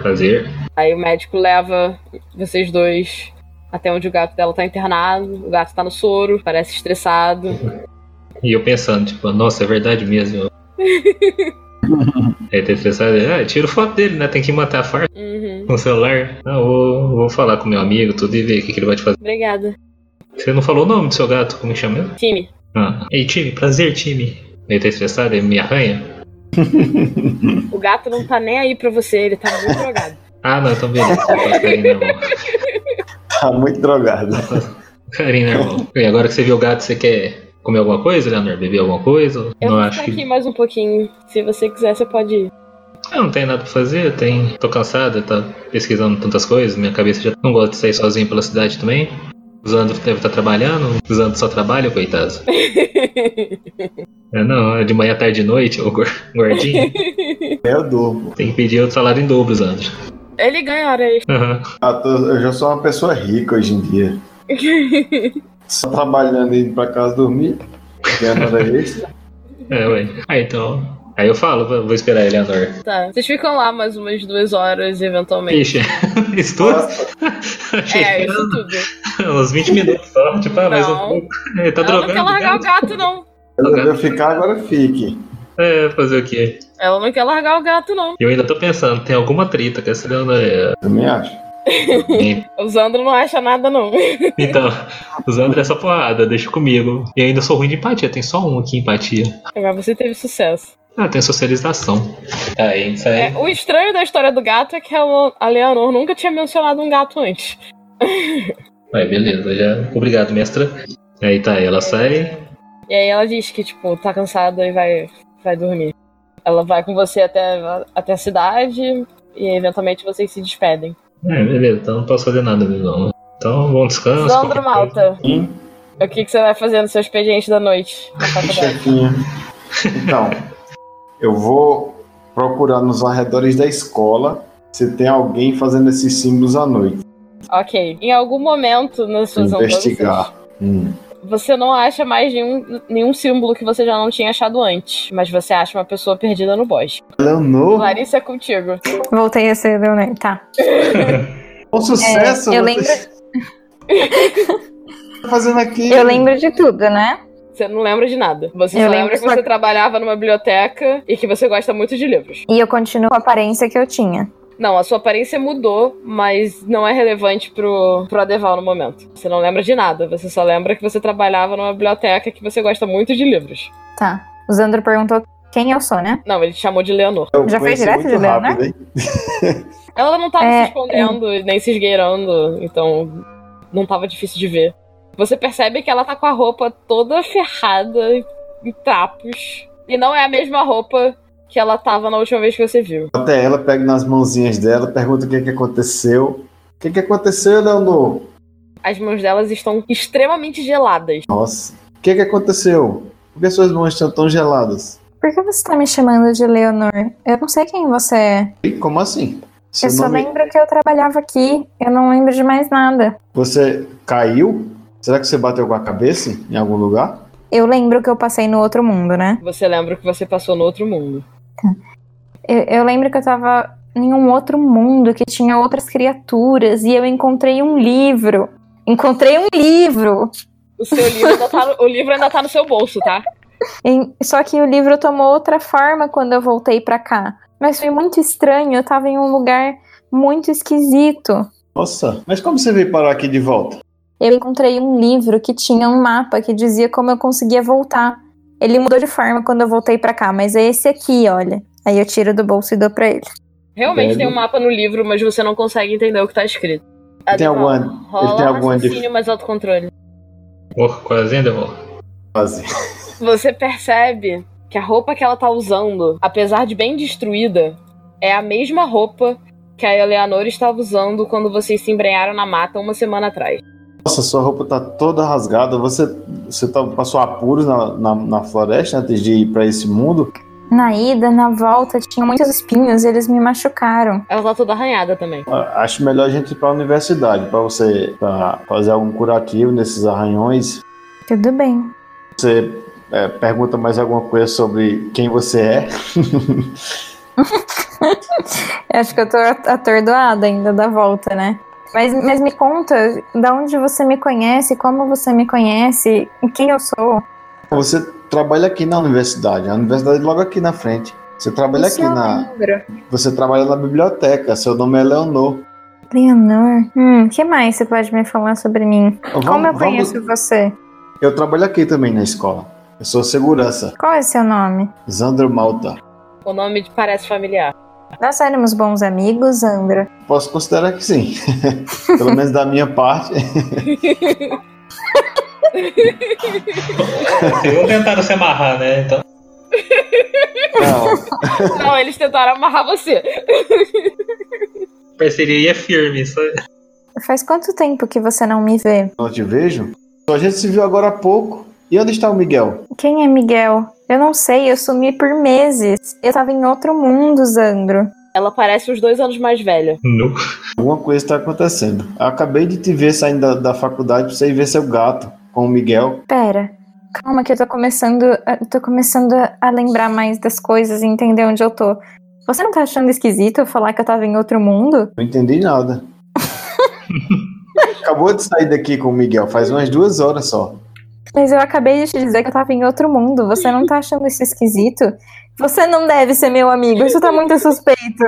Prazer. Aí o médico leva vocês dois até onde o gato dela tá internado. O gato tá no soro, parece estressado. E eu pensando, tipo, nossa, é verdade mesmo. Aí tem pensado, ah, tiro foto dele, né? Tem que matar a farsa. Uhum. no celular. Não, vou, vou falar com meu amigo, tudo e ver o que, que ele vai te fazer. Obrigada. Você não falou o nome do seu gato, como que chama? ele? Time, Ah. Ei, time, prazer, time. Ele tá estressado, ele me arranha? o gato não tá nem aí pra você, ele tá muito (laughs) drogado. Ah, não, então beleza. Faz carinho normal. Tá muito drogado. Carinho normal. E agora que você viu o gato, você quer comer alguma coisa, Leonor? Beber alguma coisa? Eu não vou acho ficar aqui que. mais um pouquinho. Se você quiser, você pode ir. Ah, não tem nada pra fazer, eu tenho. Tô cansado, tá pesquisando tantas coisas, minha cabeça já não gosta de sair sozinho pela cidade também. O Zandro deve estar trabalhando, o Zandro só trabalha, coitado. (laughs) É, não, é de manhã, tarde e noite, ô gor- (laughs) gordinho. É, Eu durmo. Tem que pedir outro salário em dobro, Zandro. Ele ganha hora extra. Aham. Ah, tô- Eu já sou uma pessoa rica hoje em dia. Só trabalhando e indo pra casa dormir. Ganhando hora extra. É, ué. Ah, então. Aí eu falo, vou vou esperar ele, Eleanor. tá. Vocês ficam lá mais umas duas horas, eventualmente. Ixi, (laughs) isso tudo? Achei É, que isso tudo. era uns 20 minutos só. Tipo, ah, mas um Não. pouco. (laughs) Ele tá Ela não drogando. quer largar o gato? gato, não. Resolveu ficar, agora fique. É, fazer o quê? Ela não quer largar o gato, não. E Eu ainda tô pensando, tem alguma treta que essa Eleanor é. Também acho. O Zandro não acha nada, não. (laughs) Então, usando essa porrada, deixa comigo. E ainda sou ruim de empatia, tem só um aqui, empatia. Mas você teve sucesso. Ah, tem socialização. Tá, aí, isso aí. É, o estranho da história do gato é que ela- a Leonor nunca tinha mencionado um gato antes. Aí, beleza, já. Obrigado, mestra. Aí tá, ela sai. E aí ela diz que, tipo, tá cansada e vai, vai dormir. Ela vai com você até, até a cidade e eventualmente vocês se despedem. É, beleza, então não posso fazer nada mesmo, não. Então, bom descanso. Zandro qualquer coisa. Malta, Hum, o que, que você vai fazer no seu expediente da noite na faculdade? chefinha. Então, eu vou procurar nos arredores da escola se tem alguém fazendo esses símbolos à noite. ok. Em algum momento nas suas andanças, Investigar. Hum. você não acha mais nenhum, nenhum símbolo que você já não tinha achado antes, mas você acha uma pessoa perdida no bosque. um Leonor, Larissa é contigo. Voltei a ser Leonor. Tá. bom sucesso! É, eu você- lembro- tá fazendo aqui? Eu lembro de tudo, né? Você não lembra de nada. Você Eu só lembro lembra que só- você trabalhava numa biblioteca e que você gosta muito de livros. E eu continuo com a aparência que eu tinha. Não, a sua aparência mudou, mas não é relevante pro, pro Adeval no momento. Você não lembra de nada, você só lembra que você trabalhava numa biblioteca que você gosta muito de livros. Tá. O Zandro perguntou quem eu sou, né? Não, ele te chamou de Leonor. Eu Já foi conheci direto muito de né? Leonor? rápido, hein? Ela não tava É, se escondendo e nem se esgueirando, então não tava difícil de ver. Você percebe que ela tá com a roupa toda ferrada em trapos. E não é a mesma roupa que ela tava na última vez que você viu. Até ela pega nas mãozinhas dela, pergunta o que, que aconteceu. O que, que aconteceu, Leonor? As mãos delas estão extremamente geladas. Nossa, o que, que aconteceu? Por que suas mãos estão tão geladas? Por que você tá me chamando de Leonor? Eu não sei quem você é. E como assim? Seu eu só nome- lembro que eu trabalhava aqui. Eu não lembro de mais nada. Você caiu? Será que você bateu com a cabeça em algum lugar? Eu lembro que eu passei no outro mundo, né? Você lembra o que você passou no outro mundo. Eu, eu lembro que eu tava em um outro mundo que tinha outras criaturas e eu encontrei um livro. Encontrei um livro! O seu livro ainda tá no, o livro ainda tá no seu bolso, tá? Em- só que o livro tomou outra forma quando eu voltei pra cá. Mas foi muito estranho, eu tava em um lugar muito esquisito. Nossa, mas como você veio parar aqui de volta? Eu encontrei um livro que tinha um mapa que dizia como eu conseguia voltar. Ele mudou de forma quando eu voltei pra cá, mas é esse aqui, olha. Aí eu tiro do bolso e dou pra ele. Realmente Velho. tem um mapa no livro, mas você não consegue entender o que tá escrito. Ele tem Adeval, alguma- Rola ele tem um alguma raciocínio mais autocontrole. Ô, quase ainda, amor. Quase. Você percebe que a roupa que ela tá usando, apesar de bem destruída, é a mesma roupa que a Eleanor estava usando quando vocês se embrenharam na mata uma semana atrás. Nossa, sua roupa tá toda rasgada. Você, você tá, passou apuros na, na, na floresta antes de ir pra esse mundo? Na ida, na volta, tinha muitos espinhos e eles me machucaram. Ela tá toda arranhada também. Ah, Acho melhor a gente ir pra universidade pra você pra fazer algum curativo nesses arranhões. Tudo bem. Você é, pergunta mais alguma coisa sobre quem você é? Eu acho que eu tô at- atordoada ainda da volta, né? Mas, mas me conta, da onde você me conhece, como você me conhece, quem eu sou. Você trabalha aqui na universidade, a universidade é logo aqui na frente. Você trabalha Isso é aqui eu na. lembro. Você trabalha na biblioteca, seu nome é Leonor. Leonor. Hum, que mais você pode me falar sobre mim? Então, Vamos- como eu vamos- conheço você? Eu trabalho aqui também na escola. Eu sou segurança. Qual é seu nome? Zandro Malta. O nome te parece familiar. Nós éramos bons amigos, Andra. Posso considerar que sim. (laughs) Pelo menos da (laughs) minha parte. Vocês não tentaram se amarrar, né? Então. Não, Não, eles tentaram amarrar você. Parceria aí é firme, sabe? Faz quanto tempo que você não me vê? Não te vejo? Então, A gente se viu agora há pouco. E onde está o Miguel? Quem é Miguel? Eu não sei, eu sumi por meses. Eu tava em outro mundo, Zandro. Ela parece uns dois anos mais velha. No. Alguma coisa está acontecendo. Eu acabei de te ver saindo da, da faculdade pra você ir ver seu gato com o Miguel. Pera, calma que eu tô começando, a- tô começando a- a lembrar mais das coisas e entender onde eu tô. Você não tá achando esquisito eu falar que eu tava em outro mundo? Não entendi nada. Acabou de sair daqui com o Miguel, faz umas duas horas só. Mas eu acabei de te dizer que eu tava em outro mundo. Você não tá achando isso esquisito? Você não deve ser meu amigo. Isso tá muito suspeito.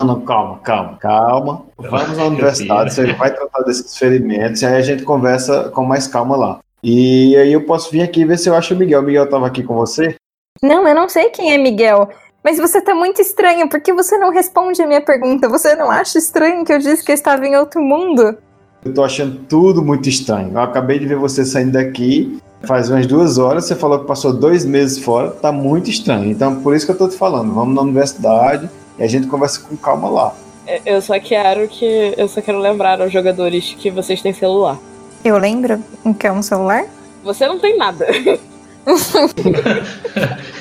Não, não, calma, calma, calma. Vamos à universidade, você vai tratar desses ferimentos e aí a gente conversa com mais calma lá. E aí eu posso vir aqui ver se eu acho o Miguel. O Miguel tava aqui com você? Não, eu não sei quem é Miguel. Mas você tá muito estranho. Por que você não responde a minha pergunta? Você não acha estranho que eu disse que eu estava em outro mundo? Eu tô achando tudo muito estranho. Eu acabei de ver você saindo daqui faz umas duas horas. Você falou que passou dois meses fora, tá muito estranho. Então por isso que eu tô te falando. Vamos na universidade e a gente conversa com calma lá. Eu- É, Eu só quero que. Eu só quero lembrar aos jogadores que vocês têm celular. Eu lembro o que é um celular? Você não tem nada. (laughs)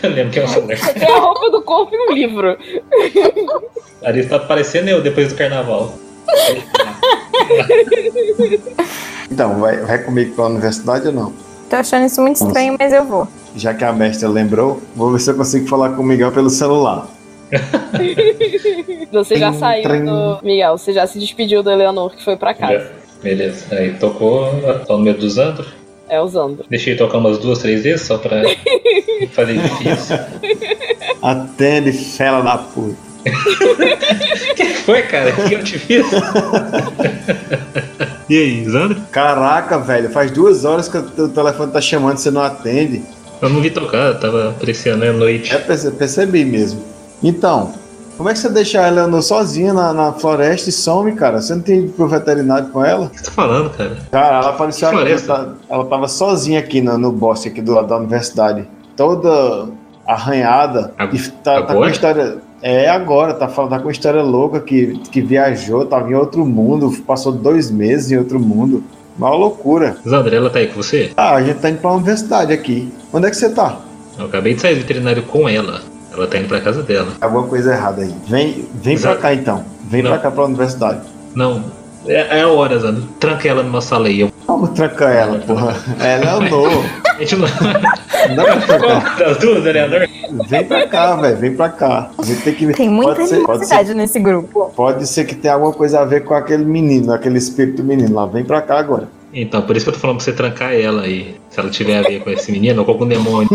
Eu lembro que é um (laughs) celular. Você tem a roupa do corpo e um livro. A Arisa tá parecendo eu depois do (laughs) carnaval. Então, vai, vai comigo pra universidade ou não? Tô achando isso muito estranho, mas eu vou. Já que a mestra lembrou, vou ver se eu consigo falar com o Miguel pelo celular. Você já Trim, saiu trim. do. Miguel, você já se despediu do Eleanor que foi pra casa. Beleza. Aí tocou só no meio dos Zandro. É, o Zandro. Deixei tocar umas duas, três vezes só (laughs) pra fazer difícil. Atende, fela da puta. O que foi, cara? O que eu te fiz? (laughs) e aí, Zandro? Caraca, velho, faz duas horas que o teu telefone tá chamando, você não atende. Eu não vi tocar, eu tava apreciando a noite. É, perce- percebi mesmo. Então, como é que você deixa a Eleanor sozinha na, na floresta e some, cara? Você não tem ido pro veterinário com ela? O que você tá falando, cara? Cara, ela apareceu Que aqui, floresta? tá- ela tava sozinha aqui no, no bosque aqui do lado da universidade. Toda arranhada. Ag- E tá, tá com agora? história. É agora, tá, fal- tá com história louca que, que viajou, tava em outro mundo, passou dois meses em outro mundo. Uma loucura. Zandro, ela tá aí com você? Ah, a gente tá indo pra universidade aqui. Onde é que você tá? Eu acabei de sair do veterinário com ela. Ela tá indo pra casa dela. Alguma coisa errada aí. Vem, vem pra Exato. cá então. Vem Não. pra cá pra universidade. Não, é, é a hora, Zandro. Tranca ela numa sala aí. Eu... Vamos trancar ela, porra. (laughs) Ela andou. A gente não. (laughs) é Não dá pra trancar. Das duas, Eleanor? Vem pra cá, velho. Vem pra cá. A gente tem que Tem muita pode ser, pode, ser, animosidade nesse grupo. pode ser que tenha alguma coisa a ver com aquele menino, aquele espírito menino lá. Vem pra cá agora. Então, por isso que eu tô falando pra você trancar ela aí. Se ela tiver a ver com esse menino ou com algum demônio.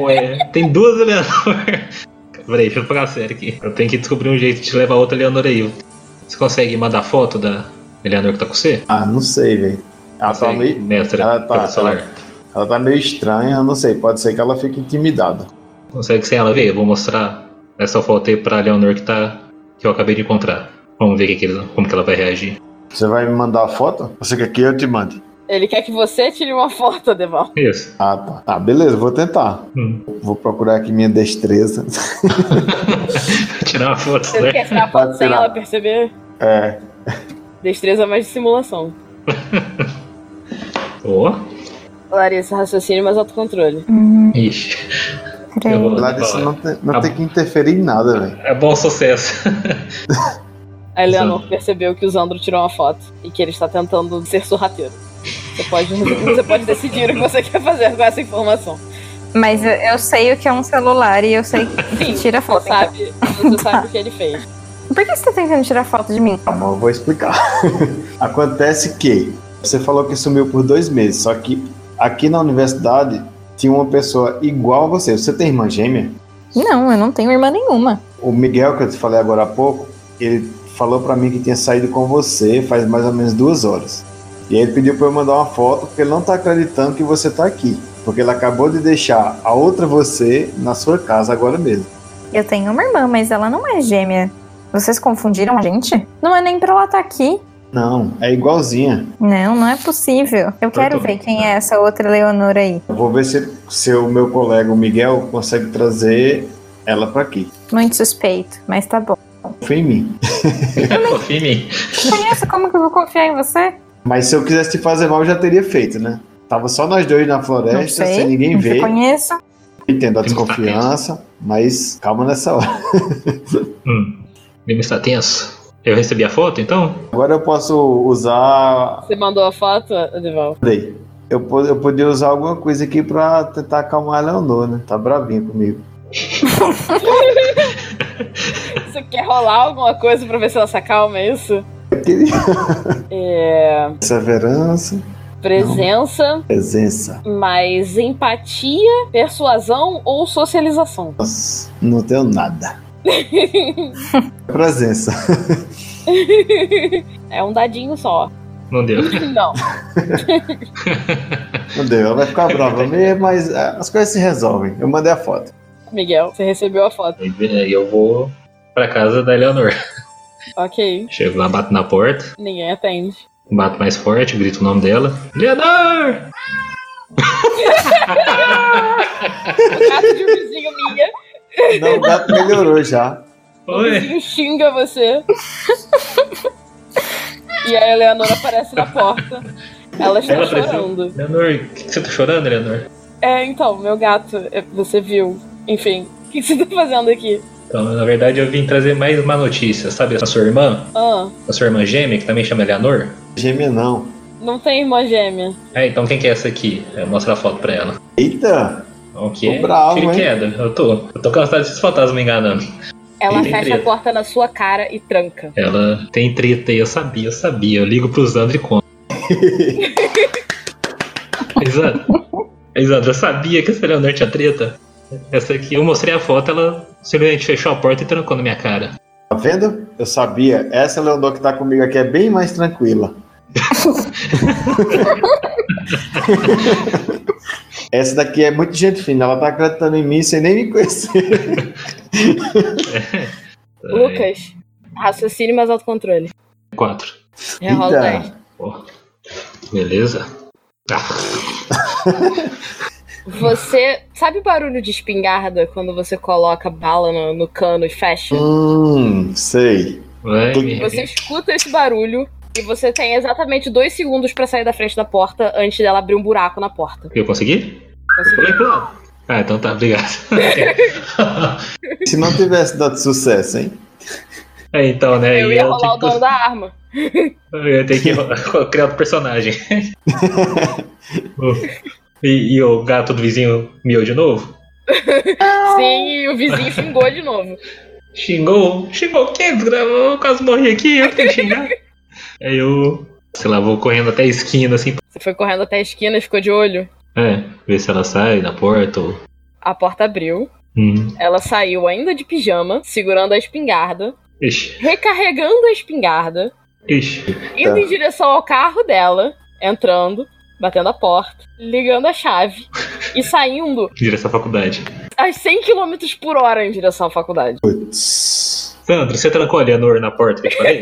Ué, tem duas Eleanor. Peraí, deixa eu pagar sério aqui. Eu tenho que descobrir um jeito de levar outra Eleanor aí. Você consegue mandar foto da Eleanor que tá com você? Ah, não sei, velho. Ela tá, Consegue, meio, Mestra, ela tá- pelo celular. ela tá meio estranha, eu não sei. Pode ser que ela fique intimidada. Consegue sem ela ver? Eu vou mostrar essa foto aí pra Eleanor que tá. que eu acabei de encontrar. Vamos ver o que que eles- como que ela vai reagir. Você vai me mandar a foto? Você quer que eu te mande? Ele quer que você tire uma foto, Deval. Isso. (laughs) Ah, tá. Ah, beleza, vou tentar. Hum. Vou procurar aqui minha destreza. (laughs) Tirar uma foto, Você né? quer tirar a Pode foto sem tirar. ela perceber? É, Destreza mais dissimulação. Ó. Larissa, raciocínio mais autocontrole. Ixi. Peraí. Eu vou- Lá disso não, tem, não Tá tem que interferir em nada, velho. É bom sucesso. A Eleanor Zandro. percebeu que o Zandro tirou uma foto e que ele está tentando ser sorrateiro. Você pode, você pode decidir o que você quer fazer com essa informação. Mas eu, eu sei o que é um celular e eu sei Sim, que tira foto. Você sabe, você sabe o que ele fez. então. Por que você tá tentando tirar foto de mim? Calma, eu vou explicar. (laughs) Acontece que você falou que sumiu por dois meses, só que aqui na universidade tinha uma pessoa igual a você. Você tem irmã gêmea? Não, eu não tenho irmã nenhuma. O Miguel, que eu te falei agora há pouco, ele falou pra mim que tinha saído com você faz mais ou menos duas horas. E aí ele pediu pra eu mandar uma foto, porque ele não tá acreditando que você tá aqui. Porque ele acabou de deixar a outra você na sua casa agora mesmo. Eu tenho uma irmã, mas ela não é gêmea. Vocês confundiram a gente? Não é nem pra ela estar aqui. Não, é igualzinha. Não, não é possível. Eu quero tô- ver quem é essa outra Leonora aí. Eu Vou ver se, se o meu colega, o Miguel, consegue trazer ela para aqui. Muito suspeito, mas tá bom. Confia em mim. (laughs) Confia em mim. Conheço como que eu vou confiar em você? Mas se eu quisesse te fazer mal, eu já teria feito, né? Tava só nós dois na floresta, sei, sem ninguém Não te ver. conheço. Entendo a desconfiança, mas calma nessa hora. (laughs) Hum, o clima está tenso. Eu recebi a foto, então? Agora eu posso usar. Você mandou a foto, Edival? Peraí. Eu, po- eu podia usar alguma coisa aqui pra tentar acalmar a Leonor, né? Tá bravinha comigo. Você quer rolar alguma coisa pra ver se ela se acalma, é isso? Eu queria. É. (laughs) Perseverança, Presença, presença. mais empatia, persuasão ou socialização. (laughs) Nossa, não tenho nada. presença. (laughs) É um dadinho só. Não deu. Não. Não deu, ela vai ficar brava mesmo, mas é, as coisas se resolvem. Eu mandei a foto. Miguel, você recebeu a foto. (laughs) Aí eu vou pra casa da Eleanor. Ok. (laughs) Chego lá, bato na porta, Ninguém atende. bato mais forte, grito o nome dela. Eleanor! O gato de um vizinho minha, Não, o gato melhorou já. o (laughs) Oi! vizinho xinga você. (laughs) E a Eleonora aparece na porta. Ela está Ela apareceu? chorando. Eleanor, o que, que você tá chorando, Eleanor? É, então, meu gato, é, você viu. Enfim, o que que você tá fazendo aqui? Então, na verdade, eu vim trazer mais uma notícia, sabe? A sua irmã, Ah, a sua irmã gêmea, que também chama Eleanor. Gêmea não. não tem irmã gêmea. É, então quem que é essa aqui? É, Mostra a foto pra ela. Eita! O que é? Tô bravo, Tiro e hein? queda. Eu tô, eu tô cansado desses fantasmas me enganando. Ela Ele fecha treta. a porta na sua cara e tranca. Ela tem treta aí, eu sabia, eu sabia. Eu ligo pro Zandro e (laughs) conto. Aí, Zandro, aí, Zandro, eu sabia que essa Leonor tinha treta. Essa aqui, eu mostrei a foto, ela simplesmente fechou a porta e trancou na minha cara. Tá vendo? Eu sabia. Essa Leonor que tá comigo aqui é bem mais (laughs) tranquila. Essa daqui é muito gente fina. Ela tá acreditando em mim sem nem me conhecer. Aí, Lucas, raciocínio mais autocontrole. Quatro. Rerola o Eita. teste. Beleza? Ah, Você. Sabe o barulho de espingarda quando você coloca bala no, no cano e fecha? (laughs) Hum, sei. vai, me- Você escuta esse barulho e você tem exatamente dois segundos pra sair da frente da porta antes dela abrir um buraco na porta. Eu consegui? Conseguiu? Falei pro lado. Ah, então tá, obrigado. Se não tivesse dado sucesso, hein? É, então, né? Eu e ia ela rolar o tinha dono que- da arma. Eu (laughs) ia ter que ro- criar outro personagem. (laughs) e, e o gato do vizinho miou de novo? Sim, e o vizinho xingou de novo. Xingou? Xingou quem? Desgraçado? Eu quase morri aqui, eu que tenho que xingar. (laughs) Aí eu, sei lá, vou correndo até a esquina assim. Você foi correndo até a esquina e ficou de olho. É, ver se ela sai da porta ou. A porta abriu. Hum. Ela saiu ainda de pijama, segurando a espingarda, Ixi, recarregando a espingarda, ixi. indo Tá. em direção ao carro dela, entrando, batendo a porta, ligando a (laughs) chave e saindo Direção à faculdade. a 100 km por hora em direção à faculdade. Putz. Sandro, você trancou a Leonor na porta que eu te falei?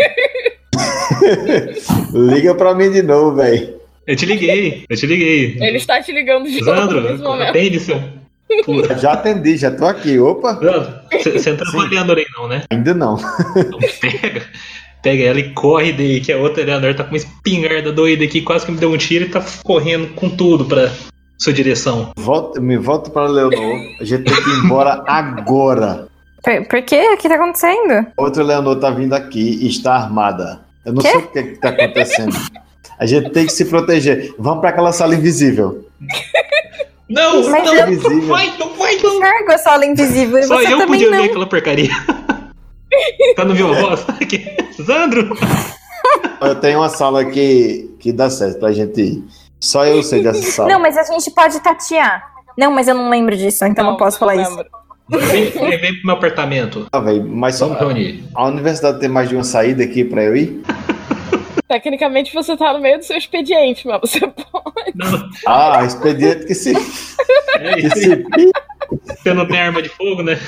Liga pra mim de novo, velho. Eu te liguei, eu te liguei. Ele está te ligando de (laughs) novo nesse Sandro, né? momento. atende seu. Pura. Já atendi, já tô aqui. Opa, Sandro, você você não trancou a Sim. Leonor aí não, né? ainda não. Então pega, pega ela e corre daí, que a outra Eleanor tá com uma espingarda doida aqui, quase que me deu um tiro e tá correndo com tudo pra sua direção. Volta, me volto pra Leonor. A gente tem que ir embora agora. Por, por quê? O que tá acontecendo? Outra Leonor tá vindo aqui e está armada. Eu não Quê? sei o que, que tá acontecendo. A gente tem que se proteger. Vamos pra aquela sala invisível. Não, Mas não, é não visível. vai, não vai, não. Cargo a sala invisível e Só você eu também podia não. ver aquela (laughs) porcaria. (laughs) Tá no viu a voz? Aqui. Sandro! Eu tenho uma sala que, que dá certo pra gente ir. Só eu sei (laughs) dessa sala. Não, mas a gente pode tatear. Não, mas eu não lembro disso, então não, posso falar isso. lembro. Vem, vem, vem pro meu apartamento. Ah, véi, mas só, Vamos reunir. a universidade tem mais de uma saída aqui pra eu ir? Tecnicamente você tá no meio do seu expediente, mas você (laughs) Não, não, Ah, expediente que se, (laughs) é que isso. se pi- Você não tem arma de fogo, né?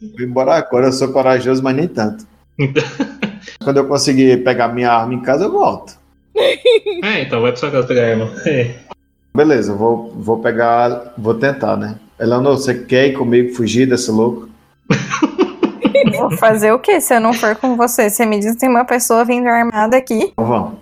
Vou embora agora. Eu sou corajoso, mas nem tanto. Então- Quando eu conseguir pegar minha arma em casa, eu volto. É, então vai pra sua casa pegar a arma. É. Beleza, eu vou, vou pegar. Vou tentar, né? Eleanor, você quer ir comigo fugir desse louco? Vou fazer o quê se eu não for com você? Você me diz que tem uma pessoa vindo armada aqui. Então vamos.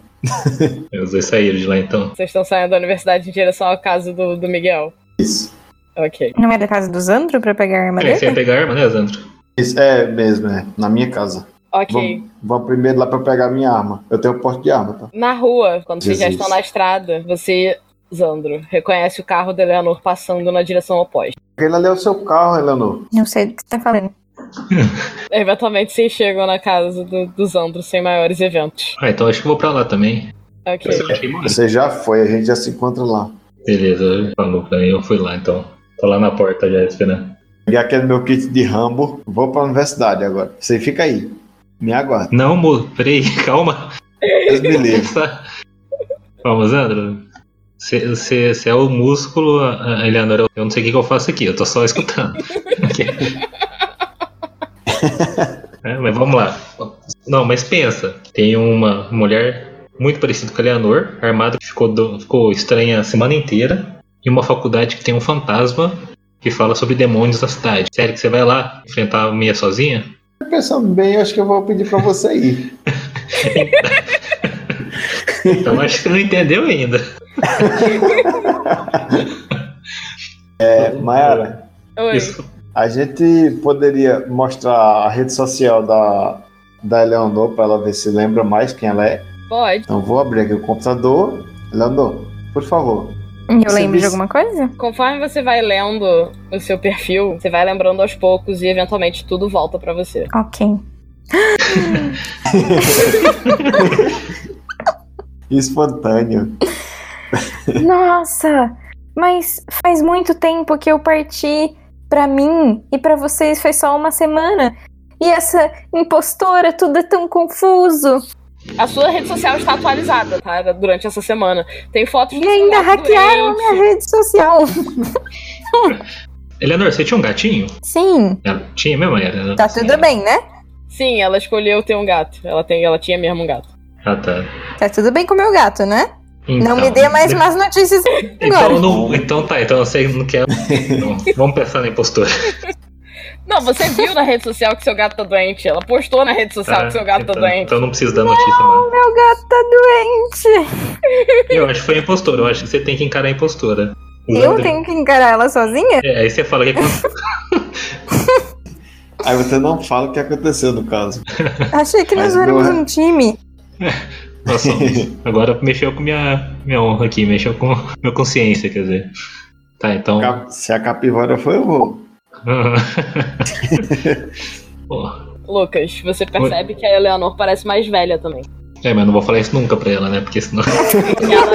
Os dois saíram de lá então. Vocês estão saindo da universidade em direção ao caso do, do Miguel. Isso. Ok. Não é da casa do Zandro pra pegar a É, arma Peraí, É, você ia dele? pegar a arma, né, Zandro? Isso é mesmo, é. Na minha casa. Ok. Vamos, vamos primeiro lá pra pegar minha arma. Eu tenho porte de arma, tá? Na rua, quando vocês já Jesus. estão na estrada, você, Zandro, reconhece o carro da Eleanor passando na direção oposta. Aquele ali é o seu carro, Eleanor. Não sei do que você tá falando. Eventualmente vocês chegam na casa do, do Zandro sem maiores eventos. Ah, então acho que eu vou pra lá também. Ok. Você vai queimar? Você já foi, a gente já se encontra lá. Beleza, falou pra mim, eu fui lá então. Tô lá na porta já esperando. Peguei aquele meu kit de Rambo. Vou pra universidade agora. Você fica aí. Me aguarda. Não, mo, peraí, (laughs) calma. Deus me (laughs) livre. Pensa. Tá. Vamos, Zandro. Você é o músculo, a- a Eleanor. Eu não sei o que, que eu faço aqui, eu tô só escutando. Ok. É, mas vamos lá. Não, mas pensa. Tem uma mulher muito parecida com a Eleanor, armada, que ficou, do- ficou estranha a semana inteira, e uma faculdade que tem um fantasma que fala sobre demônios da cidade. Sério que você vai lá enfrentar a minha sozinha? Pensando bem, eu acho que eu vou pedir pra você ir. Então acho que você não entendeu ainda. (laughs) É, Mayara. Oi. Isso. A gente poderia mostrar a rede social da, da Eleanor para ela ver se lembra mais quem ela é. Pode. Então vou abrir aqui o computador. Eleanor, por favor. Eu Você lembro de disse- alguma coisa? Conforme você vai lendo o seu perfil, você vai lembrando aos poucos e eventualmente tudo volta pra você. Ok. Espontâneo. (laughs) Nossa, mas faz muito tempo que eu parti pra mim e pra vocês foi só uma semana. E essa impostora, tudo é tão confuso. A sua rede social está atualizada, tá? Durante essa semana. Tem fotos E ainda hackearam minha rede social. Eleanor, você tinha um gatinho? Sim, Ela tinha mesmo, era. tá tudo bem, né? Sim, ela escolheu ter um gato. Ela, tem, ela tinha mesmo um gato. Ah, tá. Tá tudo bem com o meu gato, né? Então, não me dê mais más notícias Então, agora. não, então tá, então você não quer. (laughs) Não, vamos pensar na impostora. Não, você viu na rede social que seu gato tá doente. Ela postou na rede social Tá? que seu gato então, tá doente. Então não precisa dar notícia mais. Meu gato tá doente. Eu acho que foi a impostora, eu acho que você tem que encarar a impostora. Eu Usando- tenho que encarar ela sozinha? É, aí você fala o que aconteceu. Aí você não fala o que aconteceu no caso. Achei que nós Mas não éramos é. um time. Nós (laughs) somos. Agora mexeu com minha, minha honra aqui, mexeu com minha consciência, quer dizer. Tá, então. Cap- Se a capivara foi, eu vou. (laughs) Pô, Lucas, você percebe que a Eleanor parece mais velha também. (laughs) É, mas eu não vou falar isso nunca pra ela, né? Porque senão (laughs) E ela,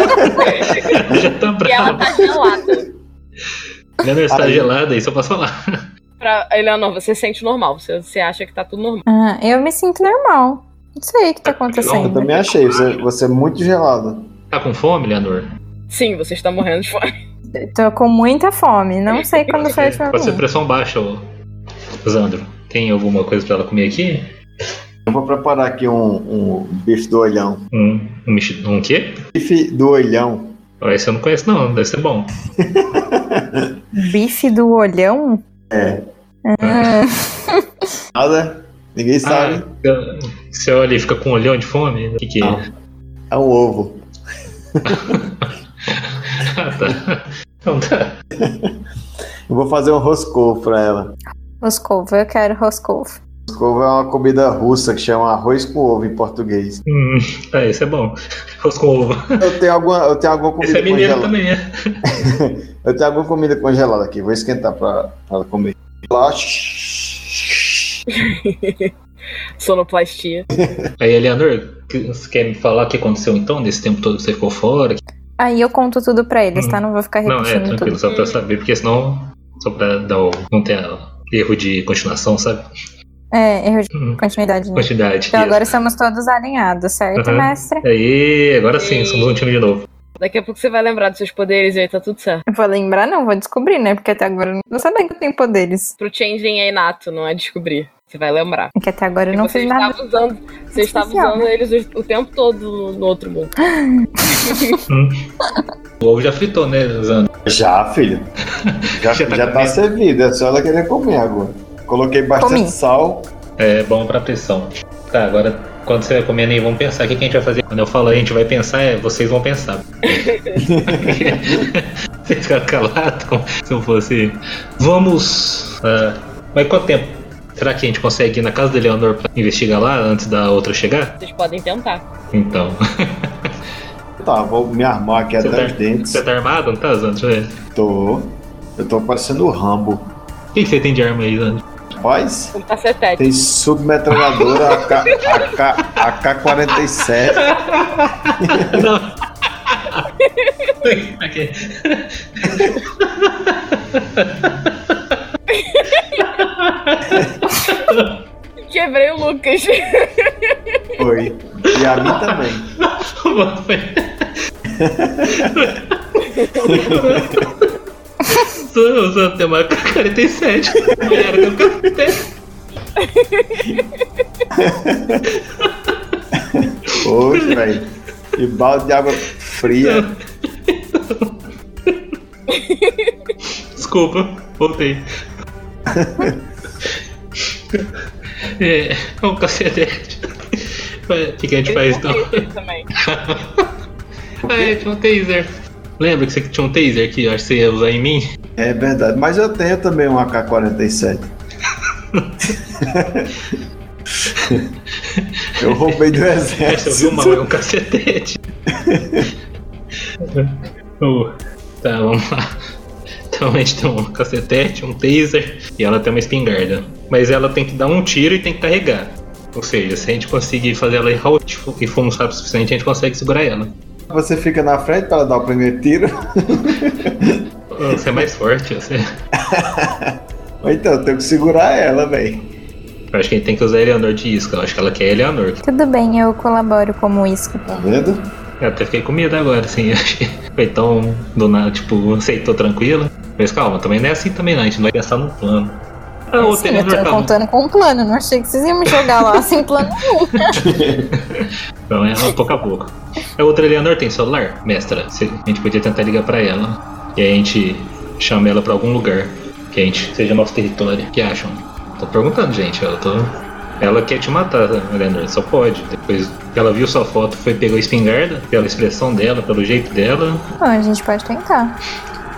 (laughs) ela já tá e ela brava. tá gelada. Ela está Aí. gelada, isso eu posso falar. Pra Eleanor, você sente normal. Você, você acha que tá tudo normal. Ah, eu me sinto normal. Não sei o que tá Eu acontecendo. também achei. Você, você é muito gelado. Tá com fome, Leonor? Sim, você está morrendo de fome. (laughs) Tô com muita Tá (laughs) fome. Não sei quando foi a última Pode ser vez. pressão baixa, ô. Zandro. Tem alguma coisa pra ela comer aqui? Eu vou preparar aqui um, um bife do olhão. Um, um, mexi- um quê? Bife do olhão. Ó, Esse eu não conheço, não. Deve ser bom. Um Bife do olhão? É. Nada? Ninguém sabe. Ah, eu- você olha e fica com um olhão de fome? O que, que é? Não. É um ovo. (laughs) Ah, tá. Então tá. Eu vou fazer um roscovo pra ela. Roscovo, eu quero Roscovo. Roscovo é uma comida russa que chama arroz com ovo em português. Hum, tá, esse é bom. Arroz com ovo. Eu tenho alguma, eu tenho alguma Esse comida é mineiro congelada. também, é. Eu tenho alguma comida congelada aqui. Vou esquentar pra, pra ela comer. Lá, Sonoplastia. Aí, Eleanor, que- você quer me falar o que aconteceu então, nesse tempo todo que você ficou fora? Aí eu conto tudo pra eles, Hum. tá? Não vou ficar Não, é, repetindo tranquilo, tudo. só pra saber, porque senão. Só pra dar o. Não ter erro de continuação, sabe? É, erro de Hum, continuidade. né? quantidade. Então isso. agora estamos todos alinhados, certo, Uhum. mestre? Aí, agora sim, somos um time de novo. Daqui a pouco você vai lembrar dos seus poderes e aí tá tudo certo. Eu vou lembrar, não, vou descobrir, né? Porque até agora eu não sabia que eu tenho poderes. Pro Changeling é inato, não é descobrir. Você vai lembrar. Porque até agora eu E não você fiz estava nada. usando, você estava especial, usando eles o, o tempo todo no outro mundo. O ovo já fritou, né, Zano? já, filho. Já, (laughs) Já já tá tá, comendo. servido. É só ela querer comer agora. Coloquei bastante Comi. sal. É bom pra pressão. Tá, agora quando você vai comendo aí, vamos pensar. O que, que a gente vai fazer? Quando eu falo a gente vai pensar, é vocês vão pensar. vocês ficaram calados como se eu fosse. Vamos. ah, mas quanto tempo? Será que a gente consegue ir na casa de Leonor pra investigar lá antes da outra chegar? Vocês podem tentar. Então. Tá, vou me armar aqui Você até tá- os dentes. Você tá armado, não tá, Zandro? Deixa eu ver. Tô. Eu tô parecendo o Rambo. O que, que você tem de arma aí, (laughs) Zandro? Rapaz, Um cacetete. tem submetralhadora AK, AK, AK-47. Não. Aqui. Quebrei o Lucas. (laughs) Foi. E a mim também. Sou eu usando tem uma 47. Mulher com 47. Hoje, velho. E balde de água fria. Desculpa, voltei. É, é um cacetete. Mas O que, que a gente faz então? também. Ah, é, tinha um taser. Lembra que você tinha um taser que eu acho que você ia usar em mim? É verdade. Mas eu tenho também um (laughs) AK-47. Eu roubei do Essa eu vi uma é exército. um (laughs) cacetete. Oh, tá, vamos lá. Então a gente tem um cacetete, um taser e ela tem uma espingarda. Mas ela tem que dar um tiro e tem que carregar. Ou seja, se a gente conseguir fazer ela errar o tiro e for um sapo suficiente, a gente consegue segurar ela. Você fica na frente para dar o primeiro tiro. Você é mais forte, você. Ou Então, eu tenho que segurar ela, velho. Eu acho que a gente tem que usar a Eleanor de isca. Eu acho que ela quer a Eleanor. Tudo bem, eu colaboro como isca. Tá vendo? Eu até fiquei com medo agora, assim. (laughs) eu Achei. Foi tão do nada, tipo, aceitou tranquila. Mas calma, também não é assim também, não. A gente não vai pensar num plano. Ah, o Sim, eu Tenedor tô tá contando com um plano, não achei que vocês iam me jogar lá sem plano nenhum. Então é pouco a pouco. A outra Eleanor tem celular, mestra. Se- A gente podia tentar ligar pra ela. E aí a gente chama ela pra algum lugar. Que a gente seja nosso território. O que acham? Tô perguntando, gente. Eu tô. Ela quer te matar, Eleanor, só pode. Depois que ela viu sua foto, foi pegou a espingarda, pela expressão dela, pelo jeito dela. Bom, a gente pode tentar.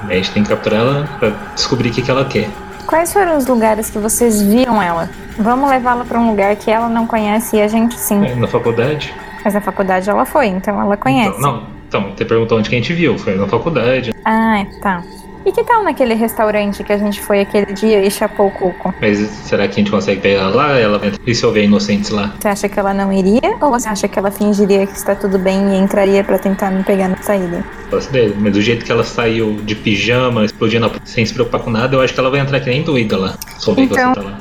A gente tem que capturar ela pra descobrir o que, que ela quer. Quais foram os lugares que vocês viram ela? Vamos levá-la pra um lugar que ela não conhece e a gente sim. É, Na faculdade? Mas na faculdade ela foi, então ela conhece. Então, não. Então, você perguntou onde que a gente viu. Foi na faculdade. Ah, tá. E que tal naquele restaurante que a gente foi aquele dia e chapou o cuco? Mas será que a gente consegue pegar ela lá? Ela entra. E se houver inocentes lá? Você acha que ela não iria? Ou você acha que ela fingiria que está tudo bem e entraria pra tentar me pegar na saída? Posso dele, mas do jeito que ela saiu de pijama, explodindo a- sem se preocupar com nada, eu acho que ela vai entrar que nem doida lá. Só ver Então- que você tá lá.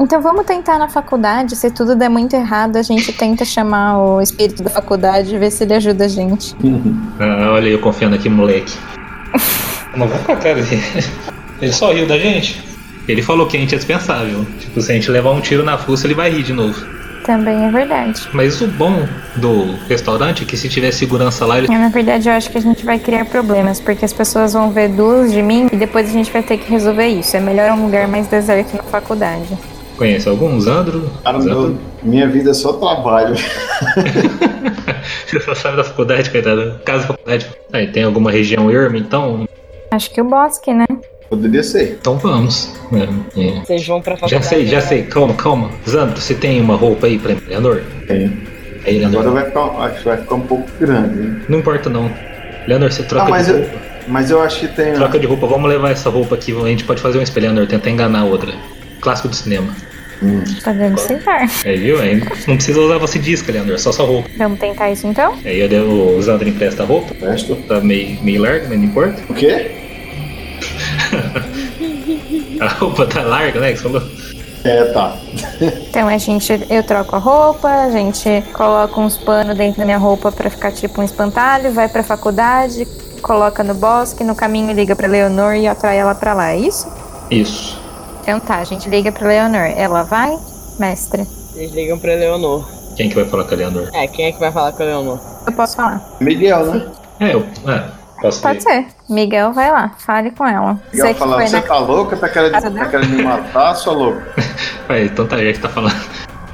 Então vamos tentar na faculdade. Se tudo der muito errado, a gente tenta chamar o espírito da faculdade e ver se ele ajuda a gente. Ah, olha eu confiando aqui, moleque. (laughs) Não vai pra cara dele. Ele só riu da gente. Ele falou que a gente é dispensável. Tipo, se a gente levar um tiro na fuça, ele vai rir de novo. Também é verdade. Mas o bom do restaurante é que se tiver segurança lá, ele. É, Na verdade, eu acho que a gente vai criar problemas, porque as pessoas vão ver duas de mim e depois a gente vai ter que resolver isso. É melhor um lugar mais deserto na faculdade. Conhece algum? Zandro? Cara, Zandro? (laughs) meu- minha vida é só trabalho. Ele só sabe da faculdade, coitado. Casa da faculdade. Aí tem alguma região erma, então? Acho que o bosque, né? Poderia ser. Então vamos. É, é. Vocês vão pra Já faculdade. é- sei, já sei, calma, calma. Zandro, você tem uma roupa aí pra Leonor? Tem. Aí, Leonor, Agora vai ficar, acho que vai ficar um pouco grande. hein? não importa não. Leonor, você troca Ah, mas de eu- roupa. Mas eu acho que tem. Troca de roupa, vamos levar essa roupa aqui, a gente pode fazer um espelho, Leonor, tentar enganar a outra. Clássico do cinema. Podemos sentar. Aí, viu? Aí não precisa usar você disca, Leonor, É só sua roupa. Vamos tentar isso então? Aí eu devo, o Zandro empresta a roupa, Resto. tá meio, meio larga, mas não importa. (laughs) O quê? A roupa tá larga, né? que Você falou. É, tá. Então a gente, eu troco a roupa, a gente coloca uns panos dentro da minha roupa pra ficar tipo um espantalho, vai pra faculdade, coloca no bosque, no caminho liga pra Leonor e atrai ela pra lá, é isso? Isso. Então tá, a gente liga pra Leonor, ela vai, mestre. Vocês ligam pra Leonor. Quem que vai falar com a Leonor? É, quem é que vai falar com a Leonor? Eu posso falar? Miguel, né? É, eu. Ah, posso Pode ir. (laughs) ser. Miguel vai lá, fale com ela. Miguel que falar, foi né? você na- tá louca? Tá querendo, casa dela?" tá querendo me matar, sua louca? Vai, então tá, já que tá falando.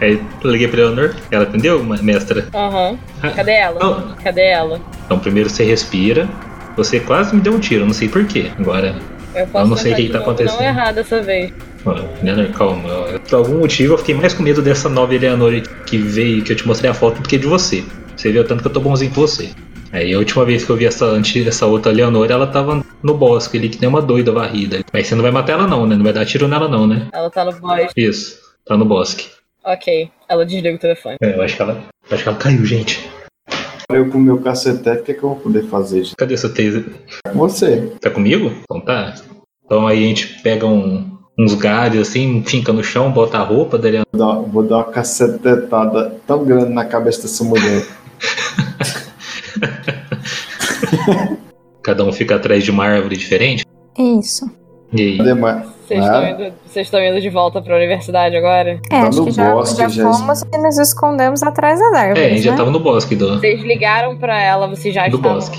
Aí eu liguei pra Eleanor, ela atendeu, ma- mestra? Aham. Ah, Cadê ela? Não. Cadê ela? Então primeiro você respira. Você quase me deu um tiro, não sei porquê. Agora, Eu posso Eu não sei tentar o que de que tá novo, acontecendo. Não errar dessa vez. mano, Eleanor, calma. Eu- Por algum motivo eu fiquei mais com medo dessa nova Eleanor que veio, que eu te mostrei a foto, do que de você. Você viu tanto que eu tô bonzinho com você. Aí a última vez que eu vi essa, anti- essa outra Eleanor, ela tava no bosque ali, que nem uma doida varrida. Mas você não vai matar ela não, né? Não vai dar tiro nela não, né? Ela tá no boss. Isso, tá no bosque. Ok. Ela desliga o telefone. É, eu acho que ela. eu acho que ela caiu, gente. Eu com o meu cacetete, o que, é que eu vou poder fazer? gente? Cadê seu taser? Você. Tá comigo? Então tá. Então aí a gente pega um- uns galhos assim, finca no chão, bota a roupa da Eleanor. Vou dar, vou dar uma cacetetada tão grande na cabeça dessa mulher. Cada um fica atrás de uma árvore diferente. Isso. E aí, Cadê mais? Vocês Né? Ah. estão indo, vocês tão indo de volta pra universidade agora? É, Tá acho no que já, bosque, já já- fomos e nos escondemos atrás das É, a gente árvores, já né? tava no bosque do. Vocês ligaram pra ela, vocês já Do estavam. bosque.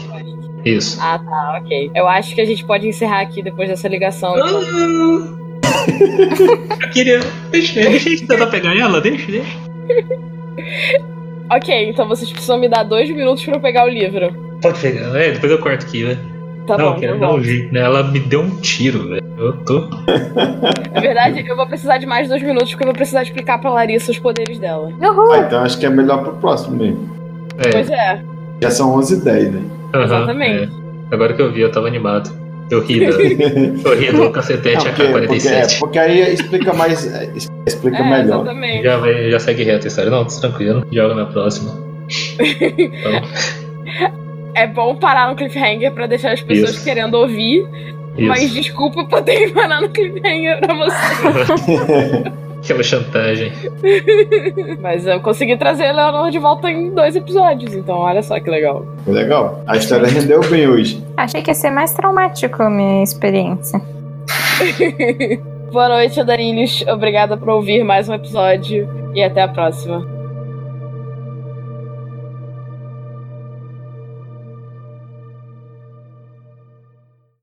Isso. Ah, tá, ok. Eu acho que a gente pode encerrar aqui depois dessa ligação. então. Ah! Eu queria. Deixa, deixa a gente tentar pegar ela, deixa, deixa. Ok, então vocês precisam me dar dois minutos pra eu pegar o livro. Pode pegar. É, depois eu corto aqui, né? Tá não, bom, quero tá dar bom. um jeito, né? Ela me deu um tiro, velho. Eu tô. Na verdade, eu vou precisar de mais dois minutos porque eu vou precisar explicar pra Larissa os poderes dela. Uhul. Ah, então acho que é melhor pro próximo mesmo. É, Pois é. Já são 11 h 10, né? aham, exatamente. é. Agora que eu vi, eu tava animado. Eu ri, da- eu ri do Não, cacetete porque, porque, é, AK-47. porque aí explica mais. é, es- Explica é, melhor. exatamente. Já, vai, já segue reto a história. Não, tô tranquilo. Joga na próxima. Então, É bom parar no cliffhanger pra deixar as pessoas Isso. querendo ouvir, mas (laughs) isso. desculpa (laughs) por ter que parar no cliffhanger pra você. Aquela é chantagem. mas eu consegui trazer a Leonor de volta em dois episódios, então olha só que legal. Foi Legal. A história rendeu bem hoje. Achei que ia ser mais traumático a minha experiência. Boa noite, Andarilhos. Obrigada por ouvir mais um episódio e até a próxima.